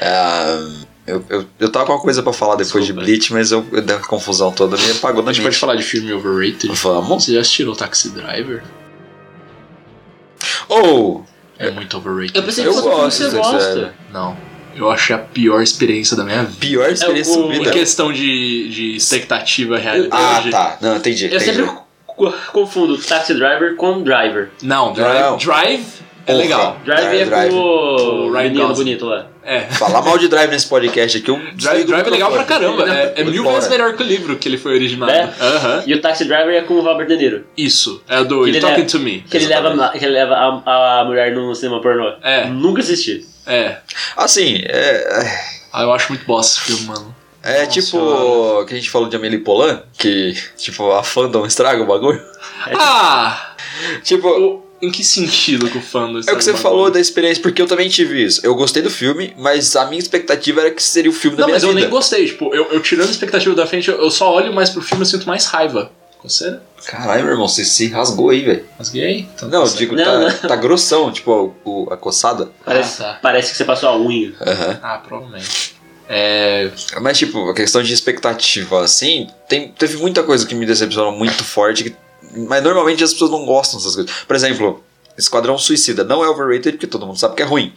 S1: Ah, eu, eu, eu tava com uma coisa pra falar depois
S2: Desculpa.
S1: de Bleach, mas eu, eu da confusão toda me apagou
S2: A
S1: da
S2: gente pode
S1: mente.
S2: falar de filme overrated?
S1: Vamos?
S2: Você já assistiu o Taxi Driver?
S1: Ou
S2: É muito overrated.
S3: Eu pensei que
S1: Eu
S3: fosse um
S1: gosto
S3: filme que você
S1: desse
S3: gosta.
S1: sério.
S2: Não. Eu achei a pior experiência da minha vida.
S1: pior experiência
S3: É, o-
S1: da vida.
S2: Em questão de, de expectativa e
S1: Ah,
S2: realidade.
S1: tá. Não, entendi.
S3: Eu
S1: entendi.
S3: sempre co- confundo Taxi Driver com Driver.
S2: Não, Drive,
S1: Não.
S2: Drive é
S1: Porra.
S2: legal.
S3: Driver é
S1: Drive,
S3: com o
S2: O Ryan
S3: menino
S2: Gosling.
S3: bonito lá.
S2: É.
S1: Falar mal de Drive nesse podcast aqui, um
S2: Drive, Drive é legal pra caramba. É, é mil vezes melhor que o livro que ele foi originado.
S3: É?
S2: Aham.
S3: E o Taxi Driver é com o Robert De Niro.
S2: Isso. É do
S3: Que
S2: You're
S3: ele
S2: Talking
S3: é-
S2: to Me.
S3: Que ele leva, que ele leva a, a mulher num cinema pornô.
S2: É.
S3: Nunca assisti.
S2: É.
S1: Assim, é,
S2: Ah, eu acho muito boss esse filme, mano.
S1: é
S2: Nossa
S1: tipo
S2: senhora.
S1: que a gente falou de Amelie Polan, que tipo a fandom estraga o
S2: <laughs>
S1: bagulho.
S2: Ah!
S1: Tipo,
S2: o- em que sentido que o fandom
S1: É o
S2: está
S1: que você
S2: numa
S1: falou
S2: bolha?
S1: da experiência, porque eu também tive isso. Eu gostei do filme, mas a minha expectativa era que seria o filme da
S2: Não,
S1: minha
S2: mas eu
S1: vida.
S2: nem gostei. Tipo, eu, eu tirando a expectativa da frente, eu, eu só olho mais pro filme e sinto mais raiva. Você?
S1: Caralho, meu irmão, você se rasgou aí, velho.
S2: Mas gay? Então,
S1: Não, eu
S2: você-
S1: digo,
S3: Não,
S1: tá,
S3: não.
S1: tá grossão, tipo, o- o- a coçada.
S3: Parece,
S2: Ah, tá.
S3: parece que você passou a unha.
S1: Aham.
S2: Ah, provavelmente. É.
S1: Mas, tipo, a questão de expectativa, assim, tem- teve muita coisa que me decepcionou muito forte. que- mas normalmente as pessoas não gostam dessas coisas. Por exemplo, Esquadrão Suicida não é overrated, porque todo mundo sabe que é ruim.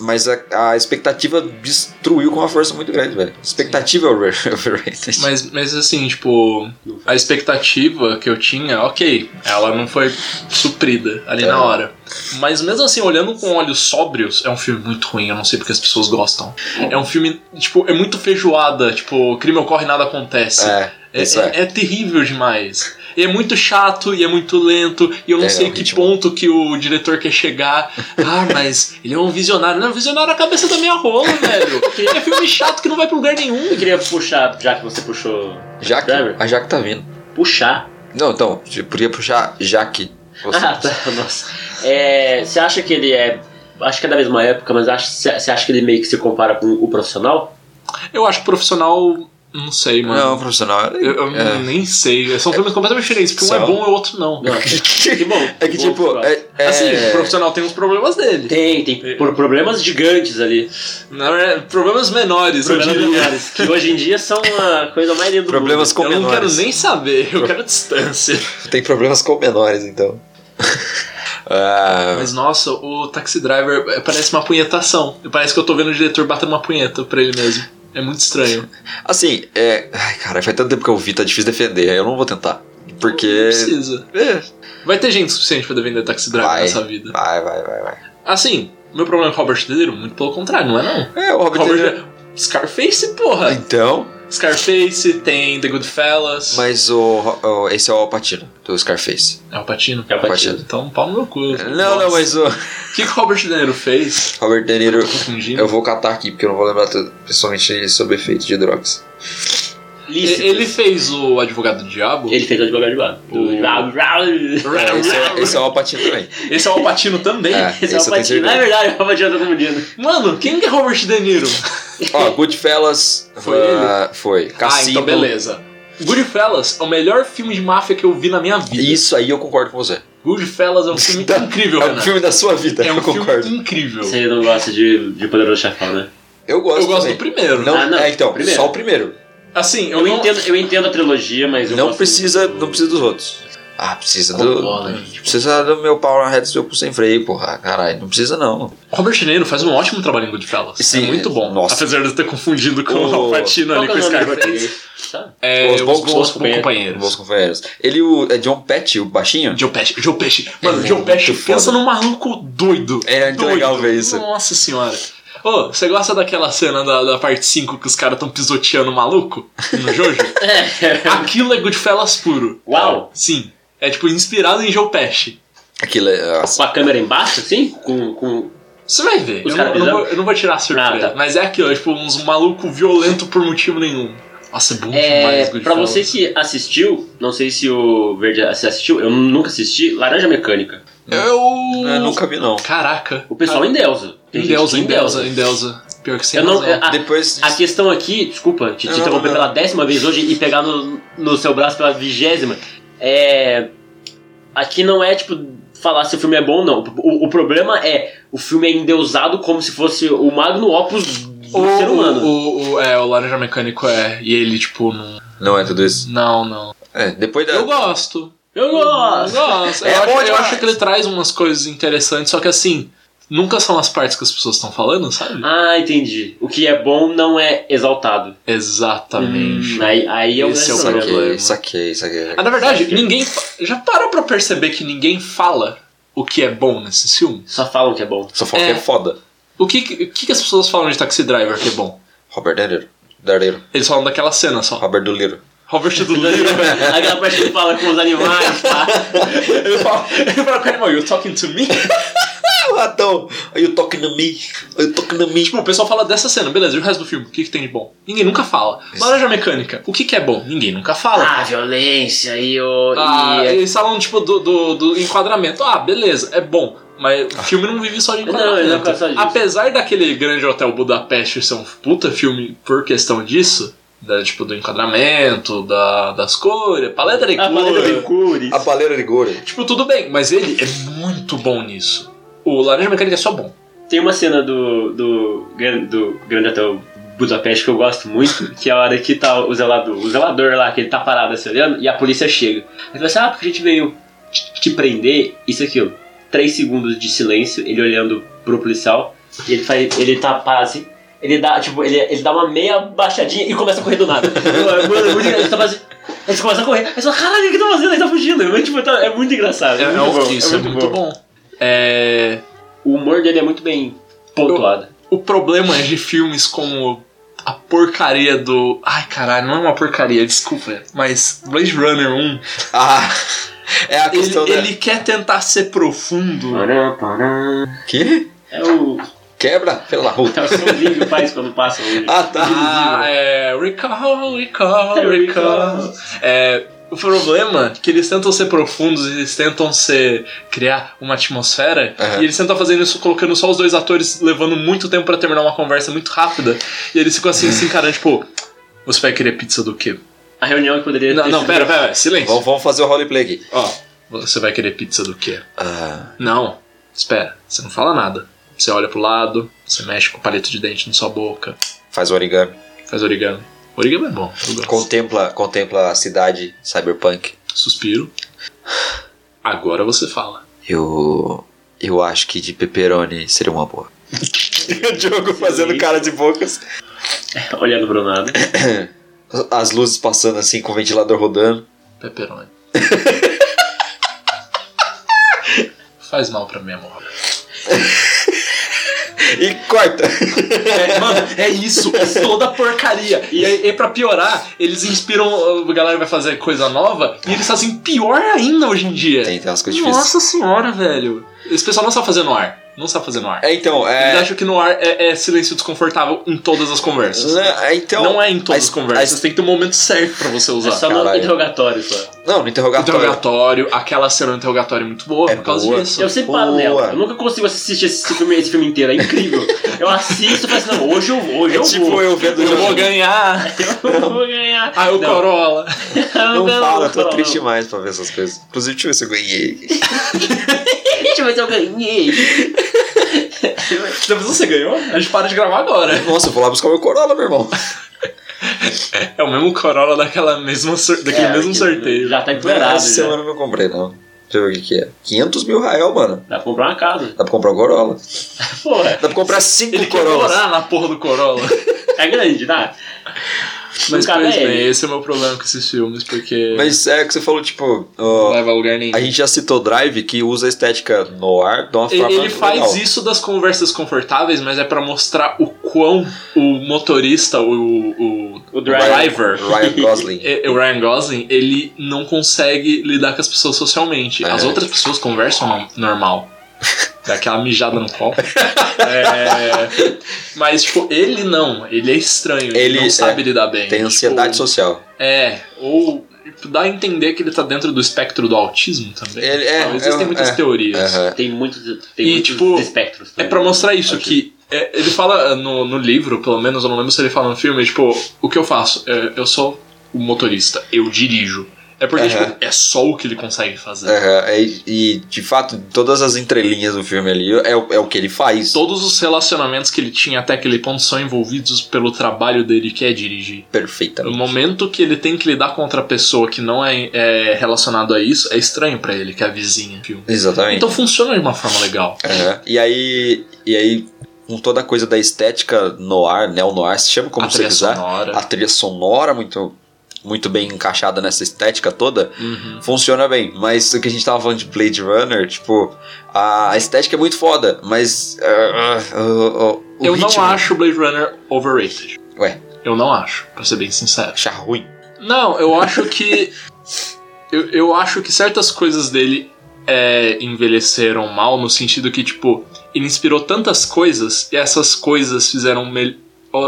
S1: Mas a, a expectativa destruiu com uma força muito grande, velho. Expectativa é over- <laughs> overrated.
S2: Mas, mas assim, tipo, a expectativa que eu tinha, ok, ela não foi suprida ali
S1: É.
S2: na hora. Mas mesmo assim, olhando com olhos sóbrios, é um filme muito ruim, eu não sei porque as pessoas gostam. É um filme, tipo, é muito feijoada, tipo, crime ocorre e nada acontece.
S1: é,
S2: É,
S1: isso é.
S2: é- é terrível demais. E é muito chato e é muito lento, e eu não
S1: É,
S2: sei
S1: o
S2: que
S1: ritmo.
S2: ponto que o diretor
S1: <laughs>
S2: quer chegar. Ah, mas ele é um visionário. Não, visionário é a cabeça da minha
S1: <laughs>
S2: rola, velho. É filme chato que não vai pra lugar nenhum.
S3: Eu queria puxar, já que você puxou.
S1: Jaque,
S3: Driver?
S1: a Jaque tá vindo.
S3: Puxar.
S1: Não, então, eu podia puxar Jaque. Você-
S3: Ah, tá, nossa. É, você acha que ele é. Acho que é da mesma época, mas acho, você você acha que ele meio que se compara com o profissional?
S2: Eu acho que profissional. Não sei, mano.
S1: Não, profissional.
S2: Eu, eu
S1: é.
S2: <laughs> nem sei. São filmes completamente diferentes, porque um é
S1: São.
S2: bom e o outro não.
S3: Não. Que bom.
S1: É que,
S3: Bom,
S1: tipo,
S3: gosto.
S1: é, é-
S2: Assim, o profissional tem uns problemas dele.
S3: Tem, tem por problemas gigantes ali.
S2: Na verdade, é, problemas menores, né? eu
S3: Problemas
S2: diria.
S3: menores, que hoje em dia são a coisa mais linda do
S1: problemas
S3: mundo.
S1: com
S2: eu não
S1: menores.
S2: quero nem saber, eu quero distância.
S1: Tem problemas com menores, então. <laughs> Ah,
S2: Mas nossa, o Taxi Driver é, parece uma punhetação. Parece que eu tô vendo o diretor batendo uma punheta pra ele mesmo. É muito estranho.
S1: assim, é. Ai, cara, faz tanto tempo que eu vi, tá difícil defender. Eu não vou tentar.
S2: Não
S1: <laughs> Porque.
S2: precisa.
S1: É.
S2: Vai ter gente suficiente pra defender Taxi Driver
S1: Vai.
S2: nessa vida.
S1: Vai, vai, vai, vai.
S2: Assim, meu problema com o Robert De Niro, muito pelo contrário, não é não.
S1: É, o Robert.
S2: Robert
S1: Downey-
S2: De- Scarface, porra.
S1: Então.
S2: Scarface, tem The Goodfellas.
S1: Mas o, o- Esse é o Alpatino, do Scarface.
S2: É o Patino?
S3: É o Pacino.
S2: Então, pau no meu cu.
S1: Não, não, mas o.
S2: O que que o Robert De Niro fez?
S1: Robert De Niro.
S2: Tô confundindo.
S1: Eu vou catar aqui, porque eu não vou lembrar tudo. Principalmente sobre efeito de drogas.
S3: Lícitos.
S2: Ele ele fez o Advogado do Diabo?
S3: Então, Ele fez o advogado de bar.
S2: O-
S1: É, esse, é, esse é o Alpatino também.
S2: Esse é o Alpatino também.
S1: É, <laughs> esse
S3: Esse é
S1: eu
S3: o
S1: tenho
S3: Patino. Ah, É
S1: certeza.
S3: verdade, é o Patino do Mundino.
S2: Mano, quem que é Robert De Niro?
S1: Ó, Goodfellas.
S2: Foi
S1: ah, Foi. Cassino.
S2: Ah, então beleza. Goodfellas é o melhor filme de máfia que eu vi na minha vida.
S1: Isso aí eu concordo com você.
S2: Goodfellas é
S1: <laughs>
S2: um filme
S1: Tá.
S2: incrível,
S1: É um
S2: Renan.
S1: filme da sua vida,
S2: é um
S1: eu concordo.
S2: filme incrível.
S3: Você não gosta de, de Poderoso Chefão, né?
S1: Eu gosto
S2: Eu gosto
S1: também.
S2: do primeiro.
S1: Não,
S3: Ah, não.
S1: É, então,
S3: Primeiro.
S1: só o primeiro.
S2: Assim, eu,
S3: Eu,
S2: não...
S3: entendo, eu entendo a trilogia, mas eu
S1: Não
S3: gosto
S1: precisa,
S3: do-
S1: não precisa dos outros. Ah, precisa
S3: Concordo,
S1: do.
S3: gente.
S1: Precisa do meu Power Head seu cu sem freio, porra. Caralho, não precisa não.
S2: Robert De Niro faz um ótimo trabalho em Goodfellas.
S1: Sim,
S2: é muito bom.
S1: nossa.
S2: Apesar de eu ter confundido com
S1: O-
S2: o Alpatino
S3: Qual
S2: ali
S3: que
S2: com o
S3: é o nome
S2: Scarface.
S3: dele? Sabe?
S2: É,
S1: Os Bons
S3: Companheiros.
S1: Bons companheiros. Ele, o. É John Petty, o baixinho?
S2: Joe Pesci, Joe Pesci. Mano,
S1: É
S2: Joe
S1: muito
S2: Pesci
S1: foda.
S2: pensa num maluco doido.
S1: É muito
S2: doido.
S1: legal ver isso.
S2: Nossa senhora. Ô, você gosta daquela cena da, da parte 5 que os caras estão pisoteando o maluco
S1: <laughs>
S2: no Jojo? Aquilo é Goodfellas puro.
S3: Uau!
S2: Sim. É tipo inspirado em Joe Pesci.
S1: Aquilo é. Nossa.
S3: Com a câmera embaixo, assim? Com, com...
S2: Você vai ver.
S3: Os
S2: Eu
S3: cara
S2: não, eu não
S3: pisando?
S2: vou, eu não vou tirar a surpresa.
S3: Ah, tá.
S2: Mas é aquilo, é tipo uns maluco violento por motivo nenhum. Nossa, é bom
S3: É,
S2: demais Goodfellas.
S3: pra você que assistiu, não sei se o Verde é, se assistiu, eu nunca assisti, Laranja Mecânica.
S2: Eu...
S1: Eu nunca vi, não.
S2: Caraca.
S3: O pessoal endeusa. Tem gente
S2: Endeusa,
S3: que
S2: endeusa, endeusa. Pior que você
S3: Eu não,
S2: razão.
S3: a,
S1: Depois.
S3: a questão aqui, desculpa te, te
S1: Não,
S3: interromper
S1: não.
S3: pela décima vez hoje e pegar no, no seu braço pela vigésima, é. Aqui não é tipo falar se o filme é bom ou não. O, o problema é o filme é endeusado como se fosse o magno opus do
S2: O-
S3: é, um ser humano.
S2: O, o- é, o Laranja Mecânico é. E ele, tipo, não.
S1: Não é tudo isso.
S2: Não, não.
S1: É, depois da.
S2: Eu gosto.
S3: eu
S2: Eu
S3: gosto!
S2: gosto.
S1: É
S2: eu,
S1: bom
S2: acho, eu
S1: demais.
S2: acho que ele traz umas coisas interessantes, só que assim, nunca são as partes que as pessoas estão falando, sabe?
S3: Ah, entendi. O que é bom não é exaltado.
S2: Exatamente.
S3: Hum, aí, aí é o
S2: Esse é o
S3: grande
S1: Saquei,
S3: problema.
S2: problema.
S1: saquei, saquei.
S2: Ah, na verdade, ninguém. fa- Já parou pra perceber que ninguém fala o que é bom nesse filme?
S3: Só falam que
S2: <laughs>
S3: é bom.
S1: Só fala que
S2: É.
S1: é foda.
S2: O que, o que, que as pessoas falam de Taxi Driver que é bom?
S1: Robert De Niro. Dardeiro.
S2: Eles falam daquela cena só.
S1: Robert Doliro.
S2: Robert De Niro.
S3: Aquela parte que fala com os animais, tá? pá.
S2: <laughs> Ele fala, ele fala com o animal, you're talking to me?
S1: Ah, então. You talking to me. You talking to me.
S2: Tipo, o pessoal fala dessa cena, beleza, e o resto do filme? O que, que tem de bom? Ninguém nunca fala. Laranja Mecânica, o que, que é bom? Ninguém nunca fala.
S3: Ah, violência e o.
S2: Ah,
S3: e- é
S2: eles falam, tipo, do, do, do enquadramento. Ah, beleza, é bom. Mas o filme não vive só de
S3: Ah. Não,
S2: enquadramento.
S3: ele não fala só disso.
S2: Apesar daquele grande hotel Budapeste ser um puta filme por questão disso, da, tipo, do enquadramento, da, das cores, paleta de
S3: A Ah, paleta de
S2: cores.
S3: cores.
S1: A baleira de Goro.
S2: Tipo, tudo bem, mas ele é muito bom nisso. O Laranja Mecânica é só bom.
S3: Tem uma cena do, do, Gran- do Grande Hotel Budapeste que eu gosto muito, <laughs> que é a hora que tá o zelador, o zelador lá, que ele tá parado assim olhando, e a polícia chega. Aí ele fala assim, ah, porque a gente veio te te prender, isso e aquilo. três segundos de silêncio, ele olhando pro policial, e ele faz. Ele tá quase. Ele dá, tipo, ele, ele dá uma meia baixadinha e começa a correr
S2: <laughs>
S3: do nada. Mano, é muito engraçado. Ele tá fazendo- aí você começa a correr. Aí você fala, caralho, o que tá fazendo? Ele tá fugindo. É, tipo, tá- é muito engraçado.
S2: É,
S3: muito
S2: é,
S3: bom,
S2: isso, é muito, bom. É,
S3: O humor dele é muito bem pontuado.
S2: o problema é de filmes como a porcaria do. Ai caralho, não é uma porcaria, desculpa. Mas Blade Runner 1,
S1: Ah, é a
S2: ele,
S1: questão da...
S2: ele quer tentar ser profundo.
S1: Que?
S3: É o,
S1: Quebra? Pela
S3: é
S1: puta.
S3: o somzinho que faz quando passa o.
S1: Ah, tá.
S2: Ah, é. Recall, <laughs> recall, recall. É, o problema é que eles tentam ser profundos, eles tentam ser criar uma atmosfera,
S1: Aham.
S2: e eles tentam fazer isso colocando só os dois atores, levando muito tempo pra terminar uma conversa muito rápida, e eles ficam assim, se encarando, tipo, você vai querer pizza do quê?
S3: A reunião que poderia
S2: Não,
S3: ter
S2: não,
S3: sido-
S2: pera, pera, silêncio.
S1: Vamos, vamos fazer o roleplay aqui.
S2: Ó, você vai querer pizza do quê?
S1: Ah,
S2: Não, espera, você não fala nada. Você olha pro lado, você mexe com o palito de dente na sua boca,
S1: faz o origami.
S2: faz origami. Origami é bom, eu gosto.
S1: Contempla, contempla a cidade cyberpunk.
S2: Suspiro. Agora você fala.
S1: Eu... Eu acho que de pepperoni seria uma boa. <laughs> o Diogo
S3: fazendo
S1: cara de bocas.
S3: Olhando pro nada.
S1: As luzes passando assim com o ventilador rodando. <laughs>
S2: Pepperoni. Faz mal pra minha moral.
S1: E corta!
S2: É, mano, é isso. é Toda porcaria. E, aí, e pra piorar, eles inspiram. A galera vai fazer coisa nova e eles fazem pior ainda hoje em dia.
S1: Tem, tem umas coisas difíceis.
S2: Nossa senhora, velho. Esse pessoal não sabe fazer no ar. Não sabe fazer no ar.
S1: É, então,
S2: Eles
S1: é.
S2: acham que no ar é, é silêncio desconfortável em todas as conversas.
S1: Não, é, então,
S2: não é em todas
S1: as-
S2: as conversas,
S1: as-
S2: tem que ter um momento certo pra você
S3: É
S2: usar.
S3: só no
S1: caralho.
S3: interrogatório só.
S1: Não, no interrogatório.
S2: Interrogatório, aquela cena do interrogatório é muito boa
S1: É
S2: por causa
S1: boa.
S2: disso.
S3: Eu sempre paro
S1: Boa.
S3: nela. Eu nunca consigo assistir esse filme, esse filme inteiro. É incrível. Eu assisto e falo assim, não, hoje eu vou, hoje
S1: É
S3: eu
S1: tipo
S3: vou.
S1: eu vendo
S2: Eu vou
S1: jogo.
S2: ganhar!
S3: <laughs> Eu vou ganhar.
S2: Aí o
S3: Não.
S2: Corolla.
S1: Não fala, eu tô
S3: não.
S1: triste demais pra ver essas coisas. Inclusive, deixa eu ver se eu ganhei. <laughs>
S3: Gente, mas eu ganhei.
S2: Depois você ganhou? A gente para de gravar agora.
S1: Nossa, eu vou lá buscar meu Corolla, meu irmão.
S2: É o mesmo Corolla daquela mesma sor- daquele
S3: É,
S2: mesmo
S3: aqui,
S2: sorteio.
S3: Já tá empoeirado.
S2: né?
S1: Essa
S3: Já.
S1: semana eu não comprei, não. Deixa eu ver o que, que é. 500 mil real, mano.
S3: Dá pra comprar uma casa.
S1: Dá pra comprar um Corolla. Dá
S3: Porra,
S1: pra comprar 5
S2: Ele quer
S1: Corollas.
S2: morar na porra do Corolla.
S3: é grande, dá.
S2: Mas,
S3: Nunca
S2: pois
S3: vê
S2: bem,
S3: ele.
S2: esse é o meu problema com esses filmes, porque
S1: Mas é o que você falou, tipo.
S2: não
S1: ó,
S2: leva a lugar nenhum.
S1: a gente já citou Drive, que usa a estética no ar de uma
S2: Ele,
S1: forma.
S2: ele faz
S1: legal.
S2: isso das conversas confortáveis, mas é pra mostrar o quão o motorista, o, o,
S3: O
S2: Drive.
S3: drive.
S2: Driver.
S1: Ryan
S2: <laughs>
S1: Gosling.
S2: e- É, o Ryan Gosling, ele não consegue lidar com as pessoas socialmente.
S1: É.
S2: As outras pessoas conversam no-
S1: <laughs>
S2: normal. Dá aquela mijada no copo. É, mas, tipo, ele não. Ele é estranho. Ele,
S1: Ele,
S2: não sabe lidar bem.
S1: Tem
S2: Tipo,
S1: ansiedade social.
S2: É, ou tipo, dá a entender que ele tá dentro do espectro do autismo também.
S1: Ele- é,
S2: Então, existem
S1: é,
S2: muitas
S1: é.
S2: teorias.
S1: Aham.
S3: Tem muitos, tem
S2: E,
S3: muitos
S2: tipo,
S3: espectros.
S2: É
S3: também.
S2: pra mostrar isso,
S3: Ok.
S2: que é, ele fala eh, no, no livro, pelo menos, eu não lembro se ele fala no filme, tipo, o que eu faço? É, eu sou o motorista, eu dirijo. É porque,
S1: Aham. É.
S2: tipo, é só o que ele consegue fazer.
S1: Aham, e, e, de fato, todas as entrelinhas do filme ali é, o- é o que ele faz.
S2: Todos os relacionamentos que ele tinha até aquele ponto são envolvidos pelo trabalho dele, que é dirigir. No
S1: Perfeitamente.
S2: momento que ele tem que lidar com outra pessoa que não é, é relacionado a isso, é estranho pra ele, que é a vizinha. Viu?
S1: Exatamente.
S2: Então funciona de uma forma legal.
S1: Aham. E aí, e aí, com toda a coisa da estética né, noir, neo-noir, se chama como
S2: a
S1: você
S2: trilha
S1: quiser.
S2: sonora.
S1: A trilha sonora muito, muito bem encaixada nessa estética toda,
S2: Uhum.
S1: funciona bem. Mas o que a gente tava falando de Blade Runner, tipo, a, a estética é muito foda, mas ah, ah, o- o- o
S2: Eu
S1: ritmo,
S2: não acho Blade Runner overrated.
S1: Ué.
S2: Eu não acho, pra ser bem sincero.
S1: Achar ruim.
S2: Não, eu acho
S1: <laughs>
S2: que. eu, eu acho que certas coisas dele é, envelheceram mal, no sentido que, tipo, ele inspirou tantas coisas e essas coisas fizeram. mel-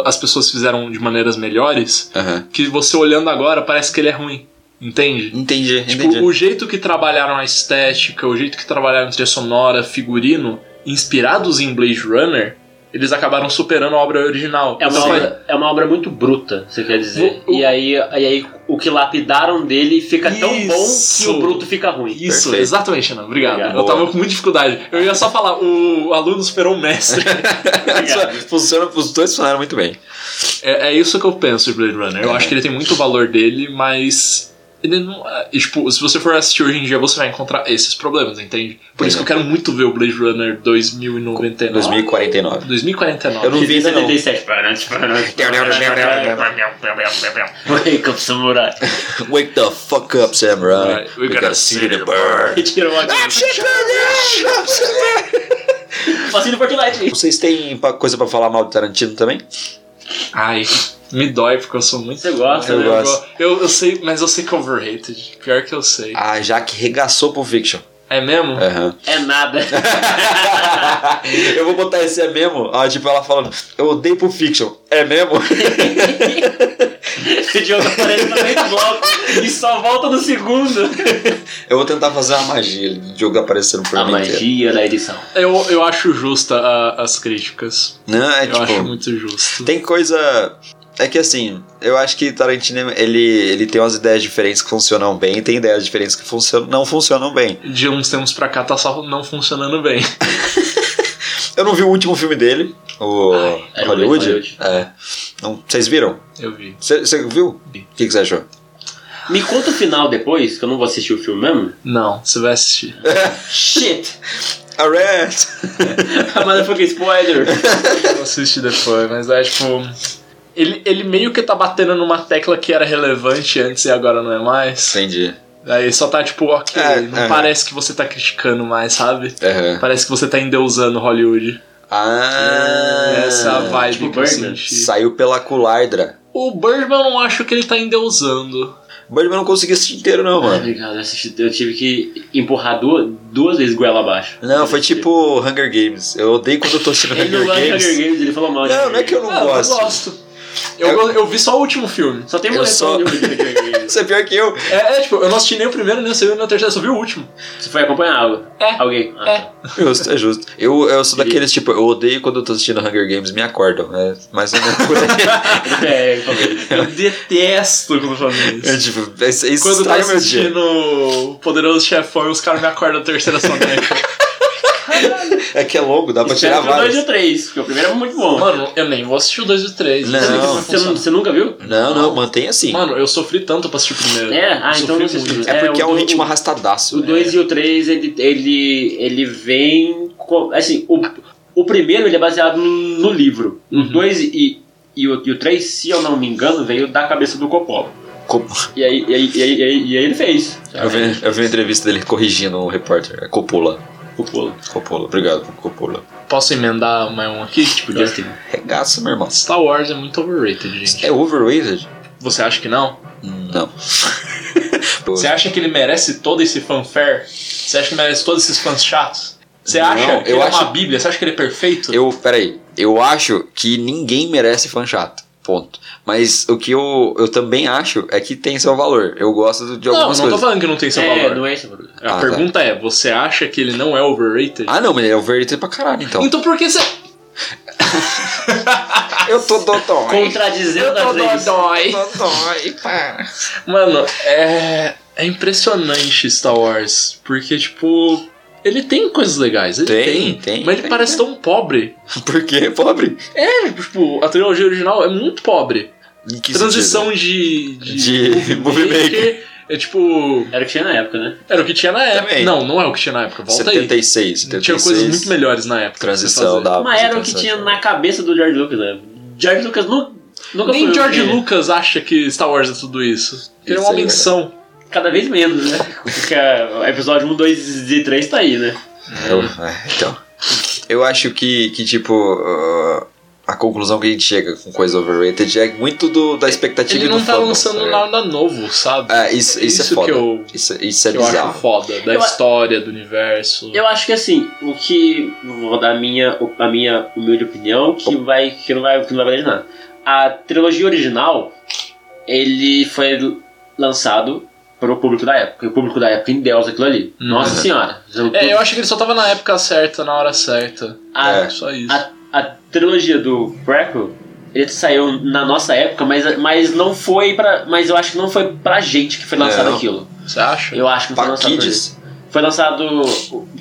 S2: As pessoas fizeram de maneiras melhores
S1: Aham.
S2: que você olhando agora parece que ele é ruim. Entende?
S1: Entendi, entendi.
S2: Tipo,
S1: <laughs>
S2: o jeito que trabalharam a estética, o jeito que trabalharam a trilha sonora, figurino, inspirados em Blade Runner, eles acabaram superando a obra original.
S3: É uma,
S2: Então,
S3: obra, é uma obra muito bruta, você quer dizer.
S2: O- o-
S3: E, aí, e aí o que lapidaram dele fica tão bom que
S2: Isso.
S3: o bruto fica ruim.
S2: Isso,
S1: Perfeito.
S2: exatamente, Renan. Obrigado.
S3: Obrigado.
S2: Eu tava
S1: Boa.
S2: com muita dificuldade. Eu ia só falar, o aluno superou
S1: <laughs>
S2: o mestre.
S3: Obrigado.
S1: Funciona, os dois funcionaram muito bem.
S2: é, é isso que eu penso de Blade Runner. Eu
S1: Uhum.
S2: acho que ele tem muito valor dele, mas ele não. é, E, tipo, se você for assistir hoje em dia, você vai encontrar esses problemas, entende? Por isso que eu quero muito ver o Blade Runner 2099.
S1: 2049.
S2: 2049.
S1: Eu não vi ainda não.
S3: 77. Wake up, samurai.
S1: Wake the fuck up, samurai.
S2: Right, we gotta see the
S3: E tirou uma Fazendo Fortnite.
S1: Vocês têm pa- coisa pra falar mal do Tarantino também?
S2: Ai, me dói porque eu sou muito.
S3: Você gosta,
S2: eu
S1: né?
S2: gosto. Eu, eu sei, mas eu sei que é overrated. Pior que eu sei.
S1: A Jaque Ah, regaçou pro Fiction.
S2: É mesmo?
S3: <laughs>
S1: Aham.
S3: É nada.
S1: eu vou botar esse é mesmo. Ah, tipo, ela falando, eu odeio pro Fiction. É mesmo?
S3: Esse jogo aparece no meio bloco e só volta no segundo.
S1: eu vou tentar fazer uma magia de jogo aparecendo por
S3: A
S1: mim inteiro.
S3: magia da edição.
S2: Eu, eu acho justa a- as críticas.
S1: Não, é
S2: eu
S1: tipo.
S2: acho muito justo.
S1: Tem coisa. É que assim, eu acho que Tarantino ele, ele tem umas ideias diferentes que funcionam bem e tem ideias diferentes que funcionam, não funcionam bem.
S2: De uns tempos pra cá tá só não funcionando bem. <laughs>
S1: Eu não vi o último filme dele, o
S3: Ai,
S1: Hollywood.
S3: Hollywood.
S1: É. Não, vocês viram?
S2: Eu vi.
S1: Você viu? O que, que você achou?
S3: Me conta o final depois, que eu não vou assistir o filme mesmo.
S2: Não, você vai assistir.
S1: <laughs>
S3: Shit!
S1: Arrest!
S3: A motherfucking
S1: <laughs>
S3: spoiler.
S2: Eu assisti depois, mas é tipo. Ele, ele meio que tá batendo numa tecla que era relevante antes e agora não é mais.
S1: Entendi.
S2: Aí só tá tipo, ok,
S1: É,
S2: não
S1: é.
S2: parece que você tá criticando mais, sabe?
S1: Aham.
S2: Parece que você tá endeusando Hollywood.
S1: Ah!
S2: É, Essa vibe
S3: tipo
S2: que eu
S3: Birdman.
S2: senti.
S1: Saiu pela Culardra.
S2: O Birdman eu não acho que ele tá endeusando.
S1: Birdman não consegui assistir inteiro, não, mano.
S3: Obrigado, eu, assisti- eu tive que empurrar duas, duas vezes goela abaixo.
S1: Não, foi tipo Hunger Games. Eu odeio quando eu tô assistindo
S3: Ele É, não
S1: Hunger
S3: gosta de Hunger
S1: Games.
S3: Games, ele falou mal de
S1: Não,
S3: Hunger
S1: não é que eu não
S2: Ah,
S1: gosto.
S2: eu gosto. Eu, go- eu vi só o último filme.
S3: Games. Só tem
S1: Eu
S3: mulher
S1: só-
S3: só... de Hunger Games.
S1: Isso é pior que eu.
S2: É, é, tipo, eu não assisti nem o primeiro, nem o segundo, nem o terceiro, só vi o
S1: <laughs>
S2: último.
S3: Você foi acompanhar algo?
S2: É.
S3: Alguém? Ah,
S2: É.
S3: tá.
S1: Justo, é justo. Eu, eu sou daqueles, tipo, eu odeio quando eu tô assistindo Hunger Games, me acordam. É mais ou menos por aí.
S3: É, ele falou isso.
S2: Eu detesto quando fazem
S1: Eu, tipo, isso, isso
S2: Quando tá
S1: estraga
S2: eu tava
S1: meu dia.
S2: assistindo o Poderoso Chefão e os caras me acordam na
S1: <laughs>
S2: terceira soneca.
S1: É que é longo, dá pra
S3: Espero
S1: tirar
S3: que o 2 e
S1: vários.
S3: o 3, porque o primeiro é muito bom.
S2: Mano, eu nem vou assistir o 2 e o 3.
S1: Não.
S3: você, nu- você nunca viu?
S1: Não, não, mantém assim.
S2: é Mano, eu sofri tanto pra assistir o primeiro.
S3: É? Ah,
S2: Eu
S3: então
S2: sofri
S3: não sei se
S2: muito.
S3: você-
S1: É porque é,
S3: o
S1: um
S3: do-
S1: ritmo
S3: O
S1: arrastadaço. né?
S3: 2 e o 3, ele, ele, ele vem. com- assim, o, o primeiro ele é baseado no, no livro. O 2 e, e o 3, e o três, se eu não me engano, veio da cabeça do Coppola.
S1: Co-
S3: E aí, e aí, e aí, e aí- e aí ele fez.
S1: Eu vi, eu vi uma entrevista dele corrigindo um repórter. É Coppola.
S3: Coppola.
S1: Coppola, obrigado, Coppola.
S2: Posso emendar mais um aqui? Tipo,
S3: Podia ter.
S1: Regaça, meu irmão.
S2: Star Wars é muito overrated, gente.
S1: É overrated?
S2: Você acha que não?
S1: <laughs> Não.
S2: Você acha que ele merece todo esse fanfare? Você acha que merece todos esses fãs chatos? Você
S1: Não,
S2: acha que
S1: eu
S2: ele é
S1: acho-
S2: uma bíblia? Você acha que ele é perfeito?
S1: Eu, peraí, eu acho que ninguém merece fã chato. Ponto. Mas o que eu, eu também acho é que tem seu valor. Eu gosto de
S2: não, não
S1: algumas
S2: tô
S1: coisas.
S2: falando que não tem seu
S3: É,
S2: valor.
S3: não é isso, Bruno.
S2: A
S1: Ah, tá.
S2: pergunta é, você acha que ele não é overrated?
S1: Ah, não, mas ele é overrated pra caralho, então.
S2: Então por que você...
S1: eu tô dodói.
S3: Contradizendo as leis.
S2: dodói.
S1: Dodói, para.
S2: Mano, é. É impressionante Star Wars. Porque, tipo. Ele tem coisas legais, ele
S1: Tem,
S2: tem.
S1: tem,
S2: mas ele
S1: tem, é.
S2: parece tão pobre.
S1: <laughs> Por quê? Pobre?
S2: É, tipo, a trilogia original é muito pobre.
S1: Em que
S2: Transição de.
S1: De movie maker.
S2: É tipo.
S3: Era o que tinha na época, né?
S2: Era o que tinha na época.
S1: Também.
S2: Não, não é o que tinha na época.
S1: sentido?
S2: Volta aí.
S1: 76, 76.
S2: Tinha coisas muito melhores na época. pra você
S1: Transição
S2: fazer.
S1: da.
S3: Mas era o que tinha na cabeça do George Lucas, né? George Lucas nu- nunca foi
S2: Nem
S3: o
S2: George
S3: que-
S2: Lucas acha que Star Wars é tudo isso. Ele é
S1: Isso
S2: uma
S1: aí,
S2: homem
S1: verdade.
S2: são.
S3: Cada vez menos, né? <laughs> Porque ah, o episódio 1, 2 e 3 tá aí, né?
S1: Eu, é, então. Eu acho que, que tipo. uh, a conclusão que a gente chega com coisa overrated é muito do, da expectativa
S2: Ele
S1: e do
S2: não tá
S1: fandom,
S2: lançando
S1: ligado?
S2: nada novo, sabe?
S1: É, isso, isso, é
S2: Isso
S1: foda.
S2: que eu-
S1: isso, isso é
S2: que eu acho
S1: bizarro.
S2: foda da
S3: Eu a-
S2: história, do universo.
S3: Eu acho que assim, o que. Vou dar a minha, a minha humilde opinião, que, vai, que, não vai, que não vai valer de nada. A trilogia original, ele foi lançado pro público da época. E o público da época em Deus aquilo ali. Nossa
S1: Uhum.
S3: senhora.
S2: É, eu acho que ele só tava na época certa, na hora certa.
S3: a,
S1: É.
S2: Só isso.
S3: a, a trilogia do Prequel, ele saiu na nossa época, mas, mas não foi pra. Mas eu acho que não foi pra gente que foi lançado
S1: Não.
S3: aquilo.
S2: Você acha?
S3: Eu acho que não foi
S1: Pra
S3: lançado pra gente.
S1: kids,
S3: Foi lançado,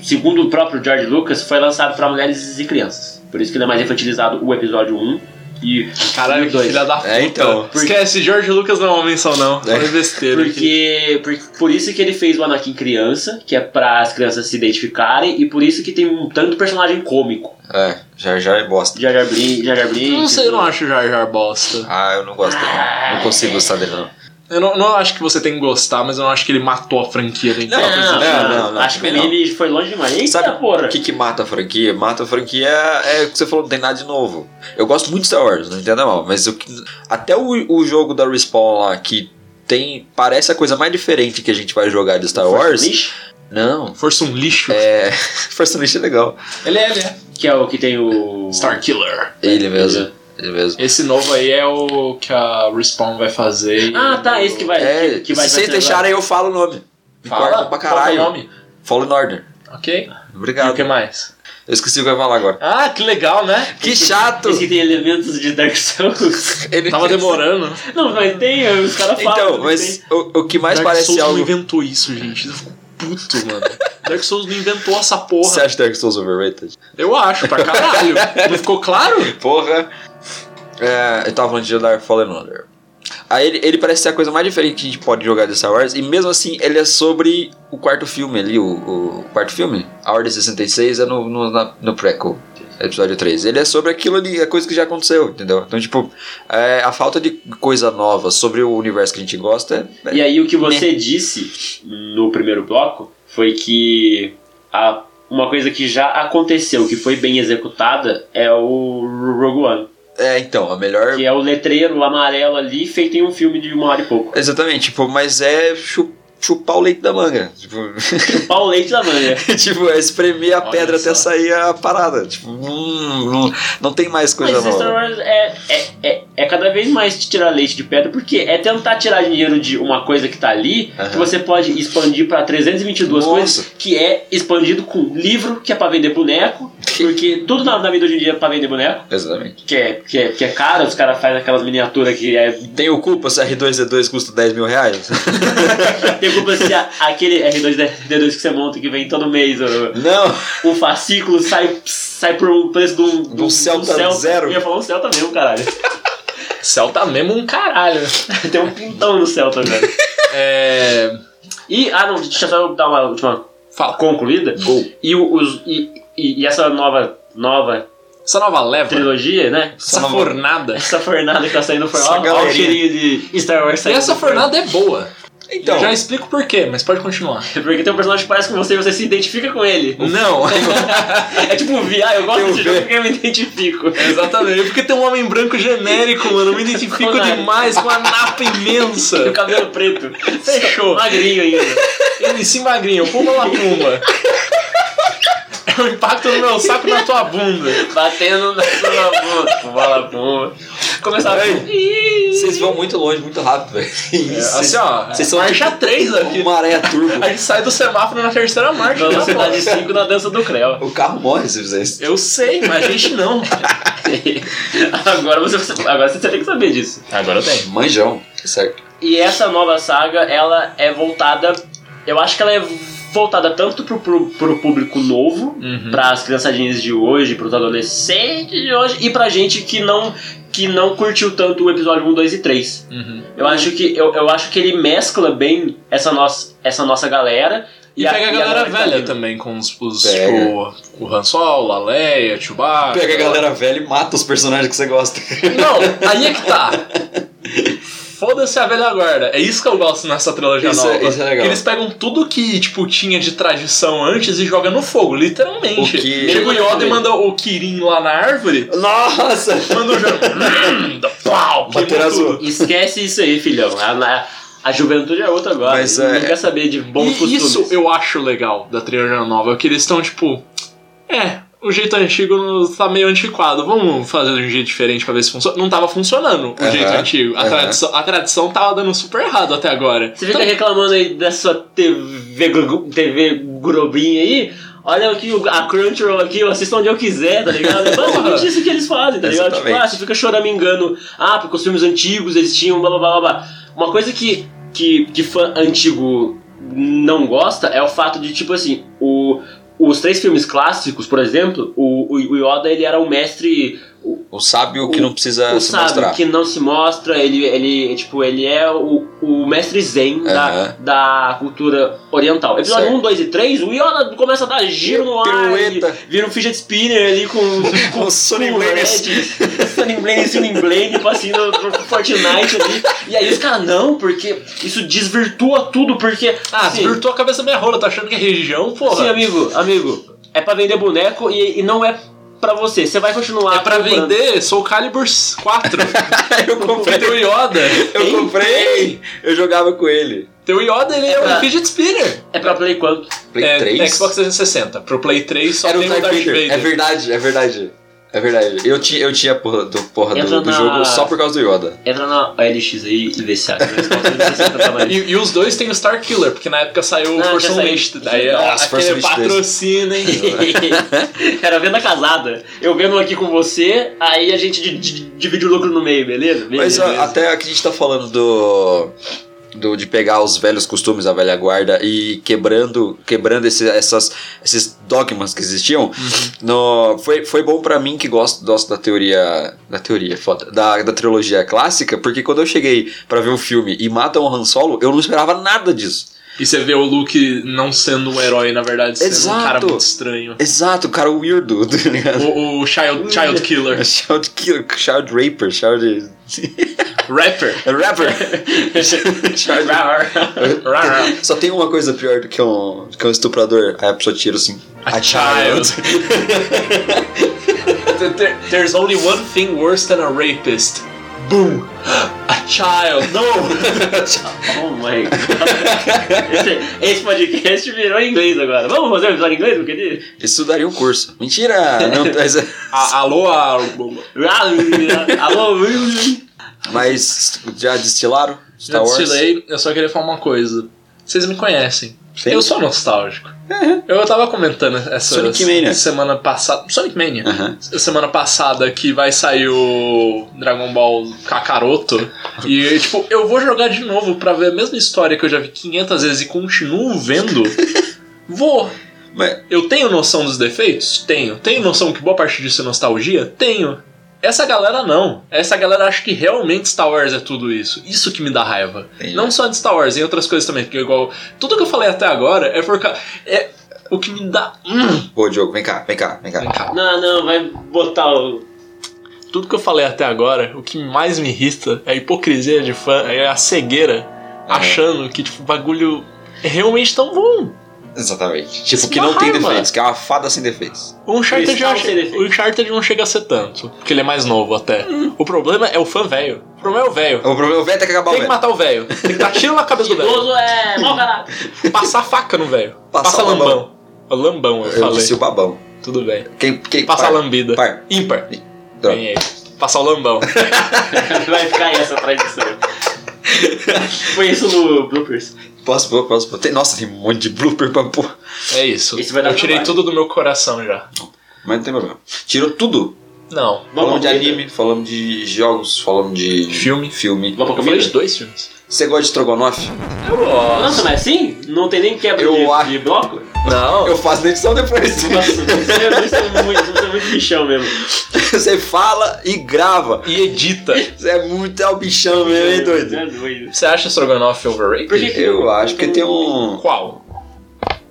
S3: segundo o próprio George Lucas, foi lançado para mulheres e crianças. Por isso que ele é mais infantilizado o episódio 1 E
S2: Caralho, que
S3: dois.
S2: filha da puta.
S1: É, então.
S2: Esquece, George Lucas não é uma menção, não.
S1: É.
S2: Foi besteira. aqui.
S3: Porque, por, por isso que ele fez o Anakin criança, que é pra as crianças se identificarem, e por isso que tem um tanto personagem cômico.
S1: É, Jar Jar é bosta.
S3: Jar Jar Brin- tipo, né, Jar Jar Brinks,
S2: Não sei, eu não
S3: o-
S2: acho o Jar Jar bosta.
S1: Ah, eu não gosto dele. Não consigo gostar dele, não.
S2: Eu não, não acho que você tem que gostar, mas eu não acho que ele matou a franquia. Gente.
S1: Não,
S3: Não,
S1: não,
S3: não,
S1: não, não,
S3: tipo, acho que
S1: também não.
S3: ele foi longe demais. Eita
S1: Sabe
S3: porra!
S1: o que, que mata a franquia? Mata a franquia é o que você falou, não tem nada de novo. Eu gosto muito de Star Wars, não entenda mal, mas o que- até o, o jogo da Respawn lá, que tem. Parece a coisa mais diferente que a gente vai jogar de Star Wars.
S3: Unleashed?
S1: Não.
S2: Força um lixo.
S1: É. <laughs> Força Unleashed é legal.
S2: Ele é, ele é.
S3: Que é o que tem o.
S2: Starkiller.
S1: Ele mesmo. Ele mesmo.
S2: Esse novo aí é o que a Respawn vai fazer. e-
S3: Ah, tá, esse que vai.
S1: É,
S3: que, que vai
S1: se vocês
S3: vai-
S1: deixarem, eu falo o nome. Me corta
S2: Fala.
S1: pra
S2: Qual que é o
S1: caralho.
S2: nome?
S1: Fallen Order.
S2: Ok. E o
S1: Obrigado.
S2: que mais?
S1: Eu esqueci o que eu ia falar agora.
S2: Ah, que legal, né?
S1: Que chato!
S3: Esse que tem elementos de Dark Souls.
S1: Ele
S2: <laughs> Tava
S1: fez-
S2: demorando.
S3: não, mas tem, os caras falam.
S1: Então,
S3: não tem.
S1: mas o, o que mais
S2: Dark
S1: parece
S2: Souls não
S1: algo.
S2: inventou isso, gente. Eu fico puto, mano. <laughs> Dark Souls não inventou essa porra.
S1: Você acha Dark Souls overrated?
S2: Eu acho, pra caralho. não ficou claro?
S1: <laughs> Porra. É, eu tava falando de Jedi Fallen Order. Aí ele, ele parece ser a coisa mais diferente que a gente pode jogar de Star Wars. E mesmo assim, ele é sobre o quarto filme ali. O, o quarto filme? A Ordem 66 é no, no, na, no prequel. Episódio 3. Ele é sobre aquilo ali, a coisa que já aconteceu, entendeu? Então, tipo, é, a falta de coisa nova sobre o universo que a gente gosta é-
S3: E aí o que você disse no primeiro bloco foi que a- uma coisa que já aconteceu, que foi bem executada, é o Rogue One,
S1: é. então, a melhor.
S3: que é o letreiro amarelo ali feito em um filme de uma hora e pouco.
S1: Exatamente, tipo, mas é chu- chupar o leite da manga. Tipo. <laughs>
S3: Chupar o leite da manga.
S1: tipo, é espremer a
S2: Olha
S1: pedra até
S2: só.
S1: sair a parada. Tipo, hum, não, não tem mais coisa
S3: Mas Star
S1: nova.
S3: Wars é, é, é, é cada vez mais te tirar leite de pedra, porque é tentar tirar dinheiro de uma coisa que tá ali,
S1: Aham.
S3: que você pode expandir pra 322
S1: Nossa.
S3: coisas, que é expandido com livro, que é pra vender
S1: <laughs>
S3: boneco, porque tudo na, na vida hoje em dia é pra vender boneco.
S1: Exatamente.
S3: que é, que é, que é caro, os caras fazem aquelas miniaturas que é. <laughs>
S1: Tem o culpa se R2D2 custa 10 mil reais? <laughs>
S3: Tem como se a- aquele R2D2 que você monta que vem todo mês, o,
S1: não!
S3: o fascículo sai, sai por um preço de um, de
S1: Do Celta zero.
S3: Eu ia falar um Celta
S1: <laughs>
S3: mesmo, caralho.
S2: Celta mesmo um caralho.
S3: Tem um pintão no Celta, velho.
S2: É.
S3: E, ah não, deixa eu só dar uma última
S2: Fala.
S3: concluída.
S1: Gol.
S3: E, o- os, e, e, e essa nova, nova
S2: Essa nova leva,
S3: trilogia, né?
S2: essa
S1: nova-
S2: fornada.
S3: Essa fornada que tá saindo foi
S1: Essa
S3: ó, ó o
S1: galerinha.
S3: cheirinho de Star Wars
S2: E
S3: saindo.
S2: essa fornada é boa.
S1: Então,
S2: Eu já explico por quê, mas pode continuar.
S3: Porque tem um personagem que parece com você e você se identifica com ele.
S2: Não,
S3: É tipo, vi, ah, eu gosto
S1: Tem um
S3: desse jogo
S1: V.
S3: porque eu me identifico.
S2: <laughs> exatamente. Porque tem um homem branco genérico, mano. Eu me identifico
S3: Conário.
S2: demais com a napa
S3: E o
S2: imensa.
S3: cabelo preto.
S2: Fechou.
S3: Magrinho ainda.
S2: MC Magrinho, puma la puma. <laughs> É o impacto no meu saco na tua bunda.
S3: Batendo na sua bunda. Bola boa. Começava. Ih.
S1: <laughs> vocês vão muito longe, muito rápido, velho.
S2: É, assim, ó.
S1: <laughs> vocês são tipo
S2: marcha 3 aqui.
S1: Uma areia turbo.
S2: A gente sai do semáforo na terceira marcha. né,
S3: Velocidade
S2: pô?
S3: 5 na dança do Creu.
S1: O carro morre se fizer isso.
S2: tá- Eu sei, mas a gente não.
S3: <laughs> Agora você, agora você tem que saber disso.
S2: Agora tem.
S1: Manjão, certo?
S3: E essa nova saga, ela é voltada. Eu acho que ela é voltada tanto pro, pro, pro público novo,
S2: Uhum.
S3: para as criançadinhas de hoje, para os adolescentes de hoje e pra gente que não que não curtiu tanto o episódio 1, 2 e 3.
S2: Uhum.
S3: Eu acho que eu, eu acho que ele mescla bem essa nossa essa nossa galera
S2: E, pega a galera
S3: que tá
S2: velha
S3: vindo.
S2: também, com os, os
S1: Pega.
S2: tipo, o Han Solo, a Leia, Chewbacca.
S1: Pega a galera velha e mata os personagens que você gosta. <laughs>
S2: Não, aí é que tá. Foda-se a velha guarda. É isso que eu gosto nessa trilogia
S1: Isso é-
S2: nova.
S1: isso é legal.
S2: Que Eles pegam tudo que, tipo, tinha de tradição antes e jogam no fogo,
S1: O
S2: literalmente.
S1: que-
S2: Chega o Yoda e manda o Kirin lá na árvore,
S1: Nossa!
S2: manda o jogo. Hum, dá pau, queimou
S1: Bater
S2: tudo.
S1: azul.
S3: Esquece isso aí, filhão. A, a, a juventude é outra agora.
S1: Mas,
S3: não
S1: é-
S3: quer saber de bons
S2: E
S3: costumes.
S2: isso eu acho legal da trilogia nova, é que eles estão tipo. É, o jeito antigo não- tá meio antiquado, vamos fazer de um jeito diferente pra ver se funciona. Não tava funcionando o
S1: Aham,
S2: jeito antigo. A,
S1: aham.
S2: tradição, a tradição tava dando super errado até agora. Então,
S3: Você fica reclamando aí da sua TV, gro- TV grobinha aí. Olha aqui o- a Crunchyroll aqui, eu assisto onde eu quiser, tá ligado? É basicamente isso que eles fazem, tá ligado? Tipo,
S1: Exatamente.
S3: ah, você fica choramingando. Ah, porque os filmes antigos eles tinham blá blá blá blá, blá. Uma coisa que, que, que fã antigo não gosta é o fato de, tipo assim, o, os três filmes clássicos, por exemplo, o, o o Yoda ele era o mestre
S1: O sábio que não precisa
S3: o
S1: se
S3: sábio
S1: mostrar.
S3: Tipo, que não se mostra, ele, ele, tipo, ele é o, o mestre zen da,
S1: Aham.
S3: da cultura oriental. Episódio
S1: Certo.
S3: 1, 2 e 3, o Yoda começa a dar giro no ar.
S1: Pirueta.
S3: ele Vira um fidget spinner ali com...
S1: <laughs>
S3: com
S1: O Sonic
S3: com
S1: Blade.
S3: LED, Sonic Blade, Sonic Blade, tipo assim, no, no Fortnite ali. E aí os caras, não, porque isso desvirtua tudo, porque...
S2: Ah,
S3: assim,
S2: desvirtuou a cabeça da minha rola, tá achando que é religião, porra?
S3: Sim, amigo, amigo. É pra vender boneco e, e não é pra você. Você vai continuar.
S2: É
S1: um
S2: pra
S3: comprando.
S2: vender Soul Calibur
S1: <laughs>
S2: 4.
S1: <laughs> eu comprei.
S2: Teu Yoda.
S1: Eu comprei. Eu jogava com ele.
S2: Teu Yoda, ele é,
S3: É pra-
S2: um fidget spinner.
S3: É pra Play quanto?
S1: Play
S2: é,
S1: 3.
S2: Xbox 360. Pro Play 3 só
S1: Era o
S2: tem
S1: Darth
S2: o Darth
S1: Vader.
S2: Vader.
S1: É verdade, é verdade. É verdade. Eu, ti, eu tinha a porra do, porra do,
S3: Entra
S1: do
S3: na-
S1: jogo só por causa do Yoda.
S3: Entra na OLX aí e vê se acha. Mas tá 360
S2: <laughs>
S3: pra mais.
S2: E, e os dois tem o Star Killer, porque na época saiu o
S3: Não,
S2: Force
S3: já saiu.
S2: Unleashed. Daí é
S1: Nossa, Force
S2: aquele
S1: Unleashed dois.
S2: patrocina, hein?
S3: Era venda casada. Eu vendo aqui com você, aí a gente di- di- divide o lucro no meio, beleza?
S1: Mas
S3: Beleza,
S1: ó,
S3: beleza.
S1: até aqui a gente tá falando do, do- de pegar os velhos costumes, a velha guarda e quebrando, quebrando esse, essas, esses dogmas que existiam.
S2: Uhum.
S1: No- foi, foi bom pra mim que gosto, gosto da teoria. Da teoria, é foda. Da, da trilogia clássica, porque quando eu cheguei pra ver o filme e matam o Han Solo, eu não esperava nada disso.
S2: <laughs> E você vê o Luke não sendo um herói, na verdade, sendo um cara
S1: Exato.
S2: muito estranho.
S1: Exato, o cara weirdo, <laughs> tá ligado?
S2: O, o child,
S1: <laughs>
S2: child Killer.
S1: Child Killer, Child Raper, Child.
S2: Rapper.
S1: eh, Rapper!
S3: <laughs>
S1: Child <laughs>
S2: Rá, rá.
S1: Só tem uma coisa pior do que um, do que um estuprador. Aí a pessoa tira assim.
S2: A
S1: <laughs>
S2: There- <laughs> there- There's only one thing worse than a rapist. Boom! <gasps> A
S1: <laughs>
S2: child!
S3: <laughs>
S2: No!
S3: Oh my god. Esse, esse podcast virou em inglês agora. Vamos fazer um episódio em inglês, meu querido?
S1: Isso daria um curso. Mentira!
S2: <laughs>
S1: Não, mas,
S2: A- alô, a-
S3: Alô?
S1: mas já destilaram?
S2: Já
S1: Star Wars?
S2: destilei, eu só queria falar uma coisa. Vocês me conhecem.
S1: Sim. Uhum.
S2: Eu sou nostálgico. Eu tava comentando essa
S1: Sonic Mania.
S2: semana passada. Sonic Mania.
S1: Aham.
S2: Semana passada que vai sair o Dragon Ball Kakaroto. e, tipo, eu vou jogar de novo pra ver a mesma história que eu já vi 500 vezes e
S1: <laughs>
S2: continuo vendo. vou.
S1: Mas-
S2: Eu tenho noção dos defeitos? Tenho. Tenho noção que boa parte disso é nostalgia? Tenho. Essa galera não. Essa galera acha que realmente Star Wars é tudo isso. Isso que me dá raiva.
S1: Entendi.
S2: Não só de Star Wars, em outras coisas também. Porque igual. Tudo que eu falei até agora é por causa. É o que me dá. Hum.
S1: Ô, Diogo, vem cá, vem cá, vem cá.
S2: Vem cá.
S3: Não, não, vai botar o.
S2: Tudo que eu falei até agora, o que mais me irrita é a hipocrisia de fã, é a cegueira achando que, tipo, o bagulho é realmente tão bom.
S1: Exatamente. Tipo,
S2: Isso
S1: que
S2: dá
S1: não tem
S2: raiva.
S1: defeitos, que é uma fada sem defeitos.
S2: O Uncharted,
S3: Cristal
S2: eu acho-
S3: sem defeito.
S2: o Uncharted não chega a ser tanto, porque ele é mais novo até.
S3: Hum.
S2: O problema é o fã velho. O problema é o velho.
S1: O problema é ter que acabar o
S2: Tem
S1: velho.
S2: que matar o velho. Tem que dar tiro na cabeça do velho.
S3: Idoso é mau caráter.
S2: Passar faca no velho.
S1: Passar
S2: Passa
S1: o lambão.
S2: lambão. O lambão, eu,
S1: Eu
S2: falei.
S1: disse o babão.
S2: Tudo bem.
S1: Quem, quem
S2: Passar
S1: par-
S2: lambida.
S1: Par. Tá.
S2: Ímpar.
S1: Droga.
S2: Ganhei. Passar o lambão.
S3: Vai ficar aí essa tradição. Foi isso no bloopers.
S1: Posso, pôr, posso, pôr. Tem- nossa, tem um monte de blooper pra pôr.
S2: É isso.
S3: Isso vai dar
S2: eu tirei
S3: trabalho.
S2: tudo do meu coração já.
S1: Mas não tem problema. Tirou tudo.
S2: Não.
S1: Falamos de
S3: comida.
S1: anime, falamos de jogos, falamos de
S2: Filme.
S1: filme.
S3: Vamos pra
S2: Eu falei de
S3: comida?
S2: dois filmes.
S1: Você gosta de estrogonofe?
S2: Eu gosto.
S3: Nossa, mas assim? Não tem nem quebra
S1: Eu
S3: de,
S1: acho-
S3: de bloco?
S1: <laughs>
S2: Não.
S1: Eu faço na edição depois.
S3: Nossa, você é muito, você é muito bichão mesmo.
S1: <laughs> Você fala e grava.
S2: E edita.
S1: Você é muito é o bichão mesmo, hein, doido?
S3: É doido.
S2: Você acha Strogonoff overrated?
S3: Por que que
S1: Eu acho que tem um.
S2: Qual?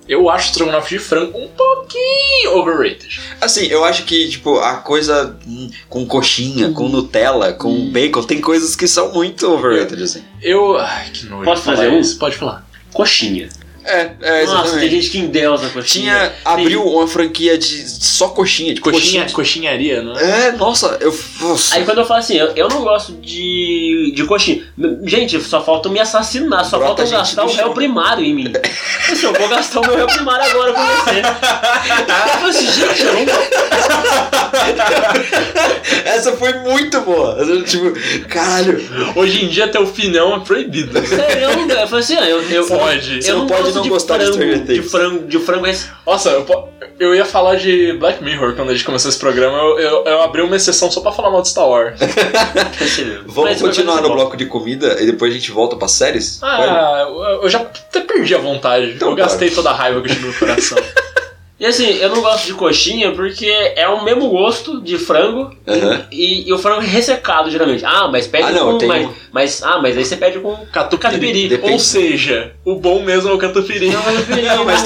S2: Eu acho Strogonoff de frango um pouquinho overrated.
S1: Assim, eu acho que, tipo, a coisa hum, com coxinha, com Nutella, com bacon, tem coisas que são muito overrated, assim.
S2: Eu. Ai, que nojo.
S3: Posso
S2: falar
S3: fazer um?
S2: isso? Pode falar.
S3: Coxinha.
S1: É, é,
S3: Nossa, tem
S1: exatamente.
S3: gente que endeusa coxinha.
S1: Tinha. Abriu uma franquia de só coxinha, de coxinha.
S2: Coxinha, coxinharia, não é?
S1: É, nossa, eu. Nossa.
S3: Aí quando eu falo assim, eu, eu não gosto de, de coxinha. M- Gente, só falta me assassinar, só
S1: Brota
S3: falta eu
S1: gente
S3: gastar
S1: do
S3: o réu
S1: chão.
S3: primário
S1: <laughs>
S3: em mim. Assim, eu vou gastar o meu réu primário agora com você. Eu falo assim, gente, eu não
S1: Essa foi muito boa. Essa, tipo, caralho.
S2: Hoje em dia, ter opinião é proibido.
S3: Sério, eu não- eu falei assim, ah, eu, eu,
S2: Pode.
S3: eu
S1: Você não pode
S3: gosto
S1: não
S3: de
S1: gostar de
S3: frango,
S1: Stranger
S3: de
S1: Things.
S3: frango, de frango esse.
S2: Nossa, eu, po- eu ia falar de Black Mirror quando a gente começou esse programa. Eu, eu, eu abri uma exceção só pra falar mal de Star Wars.
S1: Vamos
S3: Mas-
S1: continuar
S3: mas-
S1: no bloco de comida e depois a gente volta pra séries? Vai.
S3: Ah.
S2: Ah, eu, eu já até perdi a vontade.
S1: Então
S2: eu
S1: tá. <laughs>
S2: gastei toda a raiva que eu tive no coração.
S3: E E assim, eu não gosto de coxinha porque é o mesmo gosto de frango e-
S1: Aham.
S3: e, e o frango é ressecado, geralmente. Ah, mas pede
S1: Ah, não,
S3: com.
S1: tem
S3: mas,
S1: um-
S3: mas- ah, mas aí você pede com
S2: Catupiry.
S3: Catupiry.
S2: Ou seja, o bom mesmo é o catupiry.
S1: Não, mas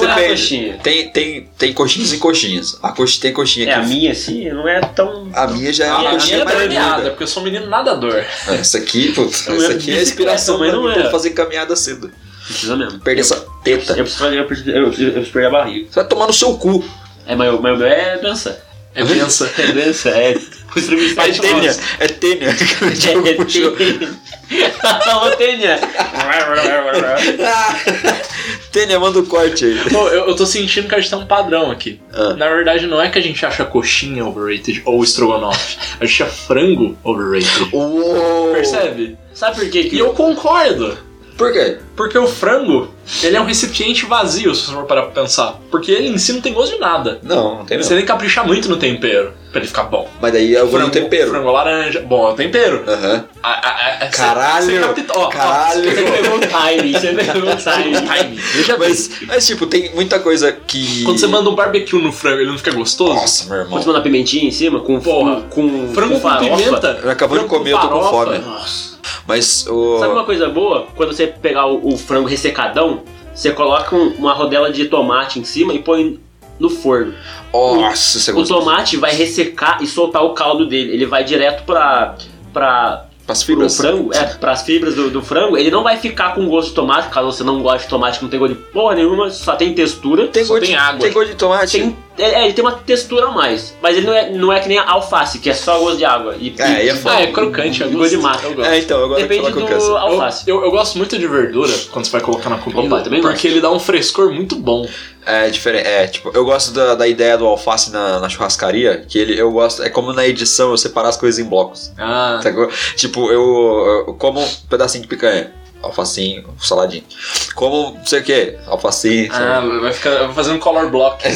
S3: <laughs> não é
S1: depende.
S3: coxinha.
S1: Tem, tem, tem coxinhas e coxinhas. A coxinha tem coxinha
S3: É, a
S1: que-
S3: minha, assim, não é tão.
S1: a minha já é
S2: A
S1: uma
S2: minha
S1: coxinha
S2: é
S1: mais
S2: premiada,
S1: linda.
S2: porque eu sou um menino nadador.
S1: Ah, Essa aqui, putz,
S3: Eu
S1: essa
S3: era
S1: aqui é a
S3: bicicleta,
S1: inspiração
S3: mas
S1: pra
S3: não
S1: mim pra
S3: era.
S1: fazer caminhada cedo.
S3: Precisa mesmo.
S1: Perder essa
S3: Eu
S1: teta.
S3: preciso, eu, preciso, eu, preciso, eu preciso perder a barriga.
S1: Você vai tomar no seu cu.
S3: É, mas o mas o meu é dança.
S2: É pensa.
S3: <laughs> É dança, né? é. Os
S1: É
S3: travestis
S1: tênia. É
S3: <laughs>
S1: tênia. O Diogo
S3: É,
S1: puxou. <laughs>
S3: Ô, Tênia!
S1: Ah, Tênia, manda o corte aí.
S2: Pô, eu, eu tô sentindo que a gente tem um padrão aqui.
S1: Ah.
S2: Na verdade, não é que a gente acha coxinha overrated ou estrogonofe. A gente acha frango overrated.
S1: Uou.
S2: Percebe?
S3: Sabe por que que
S2: E eu concordo.
S1: Por quê?
S2: Porque o frango, ele é um recipiente vazio, se você for parar pra pensar. Porque ele em si não tem gosto de nada.
S1: Não, não tem
S2: Você
S1: mesmo.
S2: tem que caprichar muito no tempero pra ele ficar bom.
S1: Mas daí eu vou no tempero.
S2: Frango laranja. Bom, é o tempero.
S1: Aham.
S2: A- a- a- cê-
S1: Caralho,
S2: cê capita- tá, ó, ó,
S1: caralho.
S2: cê
S3: pegou o timing, você pegou o
S2: pegou o
S3: timing.
S2: timing. Veja bem.
S1: Mas, mas, tipo, tem muita coisa que.
S2: Quando você manda um barbecue no frango, ele não fica gostoso?
S1: Nossa, meu
S3: Pode
S1: irmão.
S3: mandar pimentinha em cima? Com,
S2: Porra.
S3: com, com
S2: Frango com,
S3: farofa?
S2: pimenta.
S1: Eu acabou de
S2: frango
S1: comer, eu tô com
S2: farofa.
S1: fome.
S3: Nossa.
S1: Mas o.
S3: Sabe uma coisa boa? Quando você pegar o, o frango ressecadão, você coloca um- uma rodela de tomate em cima e põe no forno.
S1: Nossa, é você
S3: O
S1: gostou.
S3: tomate vai ressecar e soltar o caldo dele. Ele vai direto pra... pra
S1: As
S3: pro
S1: fibras.
S3: frango, é, pras fibras do, do frango, ele não vai ficar com gosto de tomate, caso você não goste de tomate, que não tem gosto de porra nenhuma, só tem textura.
S1: Tem
S2: Só
S1: gosto
S2: tem
S1: de,
S2: água.
S1: Tem gosto de tomate?
S3: Tem, é, é, ele tem uma textura a mais. Mas ele não é, não é que nem a alface, que é só gosto de água. E,
S1: É, aí é foda.
S2: Ah, é crocante, é
S3: E gosto de
S2: gostoso.
S3: massa.
S2: Eu gosto.
S1: É, então, agora que
S3: Depende
S1: falar com
S3: do
S1: o câncer.
S3: <laughs> alface.
S2: Eu, eu, eu gosto muito de verdura quando você vai colocar na comida,
S3: Papai também
S2: porque
S3: gosta.
S2: ele dá um frescor muito bom.
S1: É diferente. É, tipo, eu gosto da, da ideia do alface na, na churrascaria, que ele eu gosto. É como na edição eu separar as coisas em blocos.
S2: Ah,
S1: sacou? Tipo, eu, eu como um pedacinho de picanha. Alfacinho, saladinho. Como não sei o que, alfacinho. sei lá.
S2: ah vai ficar vai fazendo color block. né?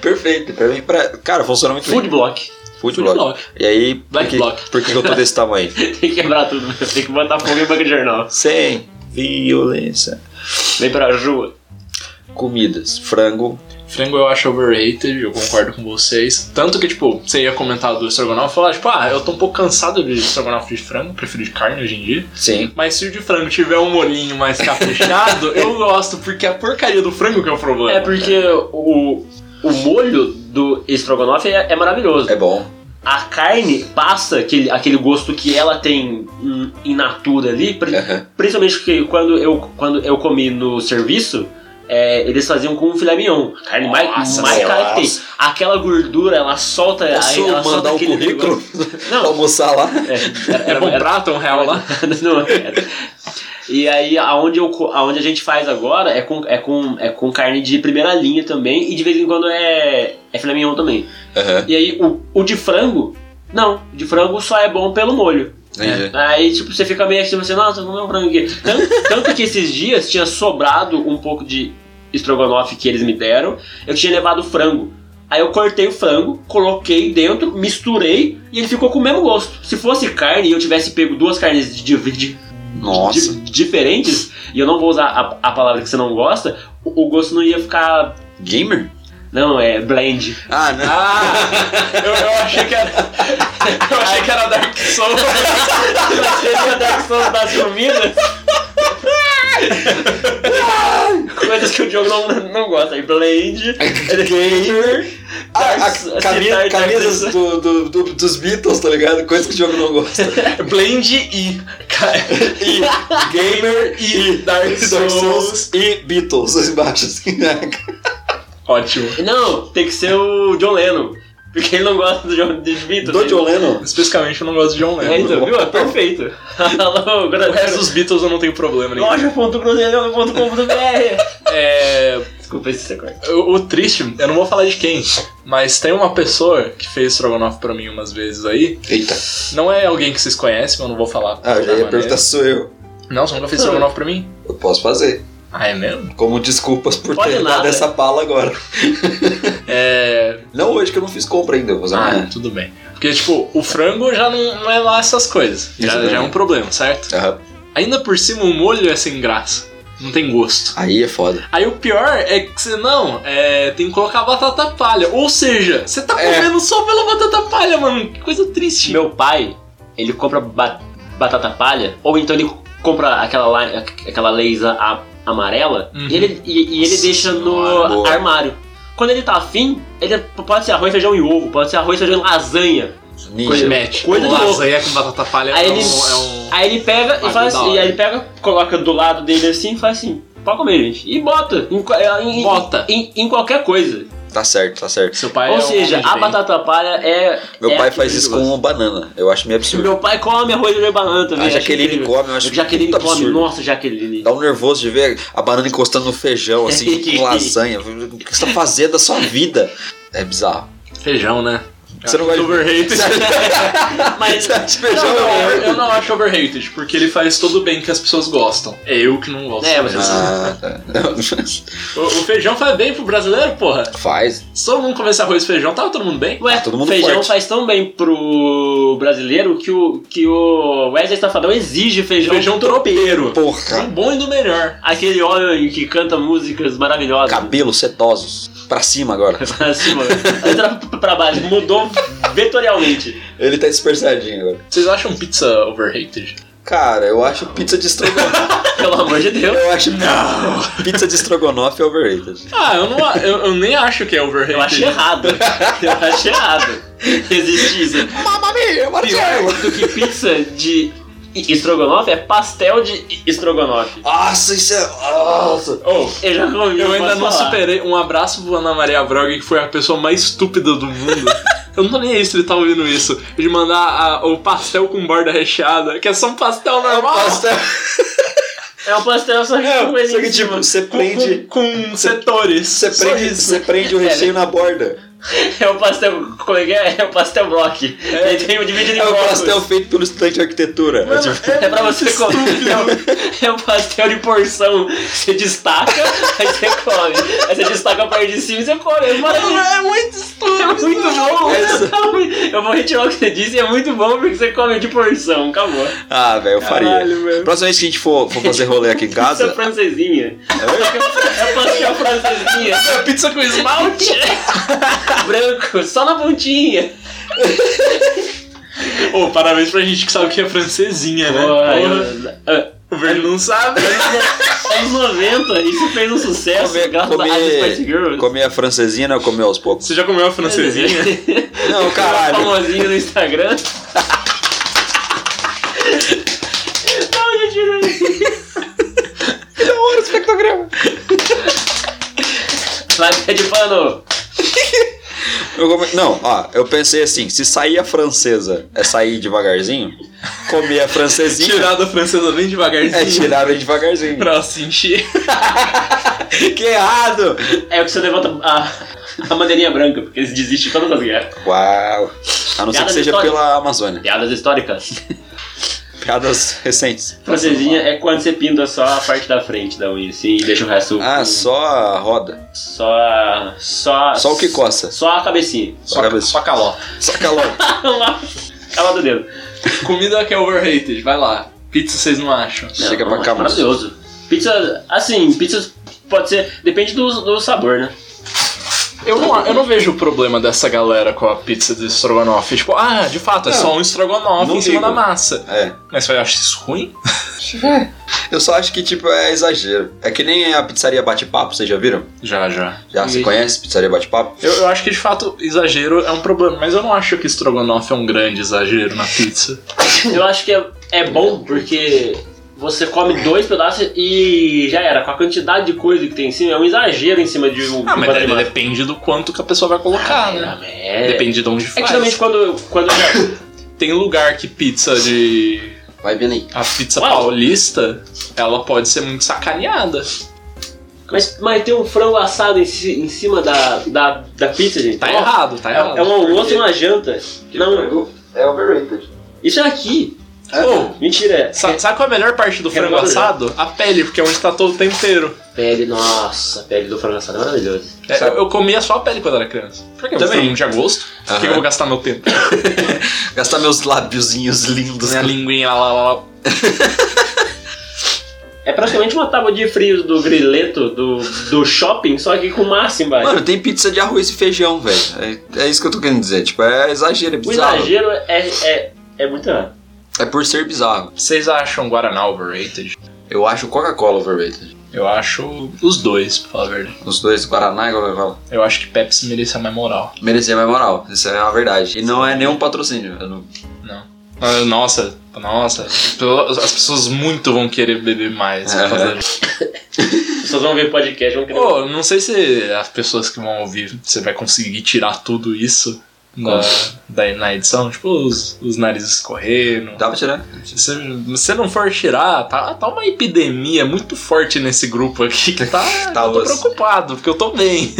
S1: Perfeito. Pra mim, pra- cara, funciona muito
S3: Food
S1: bem.
S3: block.
S1: Food
S2: Food
S1: block.
S2: block.
S1: E aí,
S2: Black
S1: por que,
S2: block.
S1: por que que eu tô desse
S3: <laughs>
S1: tamanho?
S3: Tem que quebrar tudo, meu. tem que botar fogo em banca de jornal.
S1: Sem violência.
S3: Vem pra rua.
S1: Comidas. Frango.
S2: Frango eu acho overrated, eu concordo com vocês. Tanto que, tipo, você ia comentar do estrogonofe e falar, tipo, ah, eu tô um pouco cansado de estrogonofe de frango, prefiro de carne hoje em dia.
S1: Sim.
S2: Mas se o de frango tiver um molhinho mais <laughs> caprichado, eu gosto, porque é a porcaria do frango que é o problema.
S3: É porque o, o molho do estrogonofe é, é maravilhoso.
S1: É bom.
S3: A carne passa aquele, aquele gosto que ela tem em- em natura ali, pri-
S1: Aham.
S3: Principalmente porque quando eu, quando eu comi no serviço, é, eles faziam com filé mignon. A carne mais,
S2: Nossa,
S3: mais
S1: nossa.
S3: cara que tem. Aquela gordura, ela solta...
S1: Posso
S3: aí ela solta
S1: É, mandar o
S3: aquele
S1: currículo?
S3: negócio.
S1: Pra
S3: Não,
S1: almoçar lá?
S3: é, era,
S2: É bom
S3: era-
S2: prato, um real lá.
S3: <laughs> não era. E aí, aonde, eu, co- aonde a gente faz agora é com, é, com, é com carne de primeira linha também. E de vez em quando é, é filé mignon também.
S1: Aham.
S3: E aí, o, o de frango... Não, o de frango só é bom pelo molho.
S1: Entendi.
S3: Aí, tipo, você fica meio assim, você, nossa, vou comer um frango aqui. Tanto, <laughs> tanto que esses dias tinha sobrado um pouco de estrogonofe que eles me deram, eu tinha levado frango. Aí eu cortei o frango, coloquei dentro, misturei e ele ficou com o mesmo gosto. Se fosse carne e eu tivesse pego duas carnes de, de- de-
S1: Nossa.
S3: de- diferentes, e eu não vou usar a, a palavra que você não gosta, o, o gosto não ia ficar.
S1: Gamer?
S3: Não, é blend.
S1: Ah, não.
S3: <laughs>
S2: Ah, eu, eu achei que era. Eu achei que era Dark Souls.
S3: das comidas. Coisas que o Diogo não, não gosta. Aí blend. <laughs>
S1: Gamer. A, a-
S3: Dark-
S1: Ah, cami-
S3: Dark-
S1: camisas do- do- do- dos Beatles, tá ligado? Coisa que o jogo não gosta.
S3: <laughs>
S2: Blend e.
S1: <laughs> E Gamer e
S2: Dark
S1: Dark
S2: Souls.
S1: Souls e Beatles embaixo, assim, né?
S2: Ótimo.
S3: Não, tem que ser o John Lennon. Porque ele não gosta do John dos Beatles.
S1: Do
S3: ele-
S1: John Lennon.
S2: Especificamente eu não gosto de John
S3: É,
S2: Lennon. né?
S3: então, viu?
S2: <laughs>
S3: É perfeito. Alô,
S2: O resto dos Beatles eu não tenho problema nenhum.
S3: loja.cruzeirão.com.br
S2: É,
S3: Desculpa esse sequestro.
S2: o, o triste, eu não vou falar de quem, mas tem uma pessoa que fez estrogonofe pra mim umas vezes aí.
S1: Eita.
S2: Não é alguém que vocês conhecem, mas eu não vou falar.
S1: Ah, eu já
S3: Tá
S2: da
S1: ia
S2: maneira.
S1: perguntar se sou eu.
S2: Não, você nunca fez estrogonofe pra mim?
S1: Eu posso fazer.
S2: Ah, é mesmo?
S1: Como desculpas por
S3: Pode
S1: ter
S3: nada.
S1: dado essa pala agora.
S2: É.
S1: Não hoje que eu não fiz compra ainda, eu vou fazer
S2: Ah,
S3: é.
S1: amanhã.
S2: tudo bem. Porque, tipo, o frango já não, não é lá essas coisas. Já,
S1: Isso mesmo.
S2: já é um problema, certo?
S1: Aham.
S2: Ainda por cima, o molho é sem graça. Não tem gosto.
S1: Aí é foda.
S2: Aí o pior é que você não, é, tem que colocar batata palha. Ou seja, você tá
S1: É.
S2: comendo só pela batata palha, mano. Que coisa triste.
S3: Meu pai, ele compra ba- batata palha, ou então ele compra aquela, la- aquela laser a- amarela,
S2: Uhum.
S3: e ele, e, e ele deixa no
S1: Senhora, boa.
S3: armário. Quando ele tá afim, ele pode ser arroz, feijão e ovo, pode ser arroz, feijão e lasanha.
S1: Ninja.
S2: Mete.
S3: coisa de louco.
S2: lasanha com batata palha
S3: Aí
S2: é,
S3: ele-
S2: um, é um-
S3: Aí ele pega
S2: Ah,
S3: e faz
S2: da
S3: assim,
S2: hora.
S3: aí ele pega, coloca do lado dele assim e faz assim, pode comer, gente. E bota. Em, qua- é, em- em-
S2: Bota.
S3: Em, em qualquer coisa.
S1: Tá certo, tá certo.
S2: Seu pai é
S3: Ou
S2: um
S3: seja,
S2: homem de
S3: a
S2: bem.
S3: batata palha é.
S1: Meu
S3: é
S1: pai
S3: aquilo
S1: faz
S3: que
S1: isso
S3: gosta.
S1: com banana. Eu acho meio absurdo.
S3: Meu pai come arroz, feijão e banana também.
S1: A
S3: acho
S1: Jaqueline
S3: incrível.
S1: come, eu acho
S3: Jaqueline
S1: muito
S3: come,
S1: absurdo.
S3: nossa, Jaqueline.
S1: Dá um nervoso de ver a banana encostando no feijão,
S3: <laughs>
S1: assim, com lasanha. O que você tá fazendo da sua vida? É bizarro.
S2: Feijão, né?
S1: Você não vai-
S2: Overrated.
S1: um-
S3: <laughs>
S1: <laughs>
S3: Mas
S2: Não,
S1: Feijão
S2: não,
S1: é-
S2: eu não acho overrated, porque ele faz tudo bem que as pessoas gostam. É eu que não gosto.
S3: É, mas-
S1: Ah, <laughs> tá.
S2: o, o feijão faz bem pro brasileiro, porra.
S1: Faz.
S2: Se todo mundo comesse arroz e feijão, tava todo mundo bem?
S3: Ué,
S1: Tá todo mundo
S3: feijão
S1: forte.
S3: faz tão bem pro brasileiro que o, que o Wesley Safadão exige feijão,
S2: Feijão tropeiro. Um
S1: Porra.
S2: bom e do melhor.
S3: Aquele homem que canta músicas maravilhosas.
S1: Cabelos sedosos. Pra cima agora.
S3: <laughs> Pra cima, entra pra- pra baixo, mudou vetorialmente.
S1: Ele tá dispersadinho agora.
S2: Vocês acham pizza overrated?
S1: Cara, eu acho pizza de estrogonofe.
S3: Pelo amor de Deus.
S1: Eu acho pizza de estrogonofe é overrated.
S2: Ah, eu, não, a- eu, eu nem acho que é overrated.
S3: Eu acho errado. Eu acho errado. Existe isso.
S1: Mamma mia, what
S3: Pior do que pizza de estrogonofe é pastel de estrogonofe.
S1: Nossa, isso é... Nossa.
S2: Oh,
S3: Eu já comi.
S2: eu ainda
S3: posso
S2: não
S3: falar.
S2: superei. Um abraço pro Ana Maria Broga, que foi a pessoa mais estúpida do mundo. Eu não tô nem aí se ele tá ouvindo isso. De mandar a- o pastel com borda recheada, que é só um pastel normal.
S3: É um pastel só que com
S1: Não,
S3: coisa
S1: só que
S3: em
S1: tipo,
S3: cima.
S1: você
S2: Com-
S1: prende...
S2: Com, com setores.
S1: Você
S2: Só
S1: prende,
S2: isso. É,
S1: você prende o recheio na borda.
S3: É o pastel. Como é que é? É o pastel block.
S2: É.
S3: Ele tem um dividido em
S1: É o
S3: blocos.
S1: pastel feito pelo estudante de arquitetura. É tipo-
S3: É pra você comer. É um pastel de porção. Você destaca, aí você come. Aí você destaca a parte de cima e você come. É maravilhoso.
S2: É muito
S3: É
S2: estúpido.
S3: muito bom.
S1: Essa-
S3: Eu vou retirar o que você disse. É muito bom porque você come de porção. Acabou.
S1: Ah, velho, eu faria.
S2: Caralho, velho.
S1: Próxima vez que a gente for, for fazer rolê
S2: <laughs>
S1: aqui em
S3: Pizza
S1: casa.
S3: é francesinha. É pastel francesinha.
S2: É pizza com esmalte.
S3: Branco, só na pontinha.
S2: <laughs> Ô, parabéns pra gente que sabe que é francesinha, né?
S3: Porra,
S2: Porra.
S3: eu-
S2: O Verde não sabe.
S3: Anos 90, isso fez um sucesso
S1: Comer,
S3: graças a Spice
S1: comer,
S3: Girls.
S1: é, comer a francesinha, não, comer aos poucos.
S2: Você já comeu a francesinha? é
S1: Não, caralho.
S3: Famosinho no Instagram. Não, gente, não.
S1: Da hora o espectrograma.
S3: Lápis de pano.
S1: Eu come- Não, ó, eu pensei assim: se sair a francesa é sair devagarzinho, comer a francesinha
S2: Tirada francesa bem devagarzinho.
S1: é tirar bem devagarzinho.
S2: Pra se encher.
S1: Que errado!
S3: É o que você levanta a, a bandeirinha branca, porque eles desistem de todas as guerras.
S1: Uau! A não ser
S3: Piada
S1: que seja
S3: vitória.
S1: pela Amazônia.
S3: Piadas históricas.
S1: Piadas recentes.
S3: Francesinha é quando você pinta só a parte da frente da unha, assim, e deixa o resto.
S1: Ah, só a roda.
S3: Só a- Só.
S1: Só o que coça.
S3: <laughs> Só a cabecinha. <laughs>
S1: Só a cabeça.
S2: Só caló.
S1: Só calor.
S3: Cala É do dedo.
S2: Comida que é overrated, vai lá. Pizza vocês não acham.
S3: Não,
S1: Chega pra
S3: não,
S1: cá,
S3: é
S1: moço.
S3: Maravilhoso. Pizza, assim, pizzas pode ser. Depende do, do sabor, né?
S2: Eu não, eu não vejo o problema dessa galera com a pizza de estrogonofe. Tipo, ah, de fato, é
S1: Não.
S2: só um estrogonofe
S1: Não
S2: em cima
S1: ligo.
S2: da massa.
S1: É.
S2: Mas você acha isso ruim?
S1: Eu só acho que, tipo, é exagero. É que nem a pizzaria bate-papo, vocês já viram?
S2: Já, já.
S1: Já, você
S3: Sim.
S1: conhece pizzaria bate-papo?
S2: Eu, eu acho que de fato exagero é um problema, mas eu não acho que estrogonofe é um grande exagero na pizza.
S3: Eu acho que é, é bom porque você come dois pedaços e já era. Com a quantidade de coisa que tem em cima, é um exagero em cima de um.
S2: Ah, mas
S3: de um
S2: daí
S3: patrimônio.
S2: depende do quanto que a pessoa vai colocar, né?
S3: É,
S2: Depende de onde
S3: é que
S2: faz.
S3: geralmente quando, quando
S2: <coughs>
S3: eu já-
S2: Tem lugar que pizza de.
S1: Vai vendo aí.
S2: A pizza
S3: Uau.
S2: paulista, ela pode ser muito sacaneada.
S3: Mas, mas tem um frango assado em, ci- em cima da, da, da pizza, gente.
S2: Tá
S3: Ó,
S2: errado, tá errado.
S3: É um almoço e uma janta. Não,
S1: É overrated.
S3: isso é aqui.
S2: Ô,
S3: Mentira.
S2: sa- sabe qual é a melhor parte do frango
S3: Remodelado.
S2: assado? A pele, porque é onde tá todo o tempero.
S3: Pele, nossa, a pele do frango assado é maravilhosa.
S2: É,
S1: Sabe-
S2: eu, eu comia só a pele quando era criança. Por que
S1: Também.
S2: Também. não tinha gosto? Por que eu
S1: Aham.
S2: vou gastar meu <laughs> tempo?
S1: é Gastar meus lábiozinhos lindos.
S2: Minha linguinha lá, lá, lá.
S3: É praticamente uma tábua de frios do grileto do, do shopping, só que com massa embaixo.
S1: Mano, tem pizza de arroz e feijão, velho. É, é isso que eu tô querendo dizer. Tipo, é exagero, é
S3: o
S1: bizarro.
S3: exagero é, é, é muito errado.
S1: É por ser bizarro.
S2: Vocês acham Guaraná overrated?
S1: Eu acho Coca-Cola overrated.
S2: Eu acho os dois, pra falar a verdade.
S1: Os dois, Guaraná e Coca-Cola.
S2: Eu acho que Pepsi merecia mais moral.
S1: Merecia mais moral. Isso é uma verdade. E não é nenhum patrocínio. Eu não-
S2: Não. Ah, Nossa, nossa. As pessoas muito vão querer beber mais.
S1: É.
S2: Fazer-
S3: As pessoas vão ver podcast, vão querer.
S2: Pô, não sei se as pessoas que vão ouvir, você vai conseguir tirar tudo isso na, da, na edição. Tipo, os, os narizes escorrendo.
S1: Dá pra tirar?
S2: Se você não for tirar, tá, tá uma epidemia muito forte nesse grupo aqui que tá.
S1: Tá
S2: eu tô
S1: louco.
S2: <laughs> preocupado, porque eu tô bem.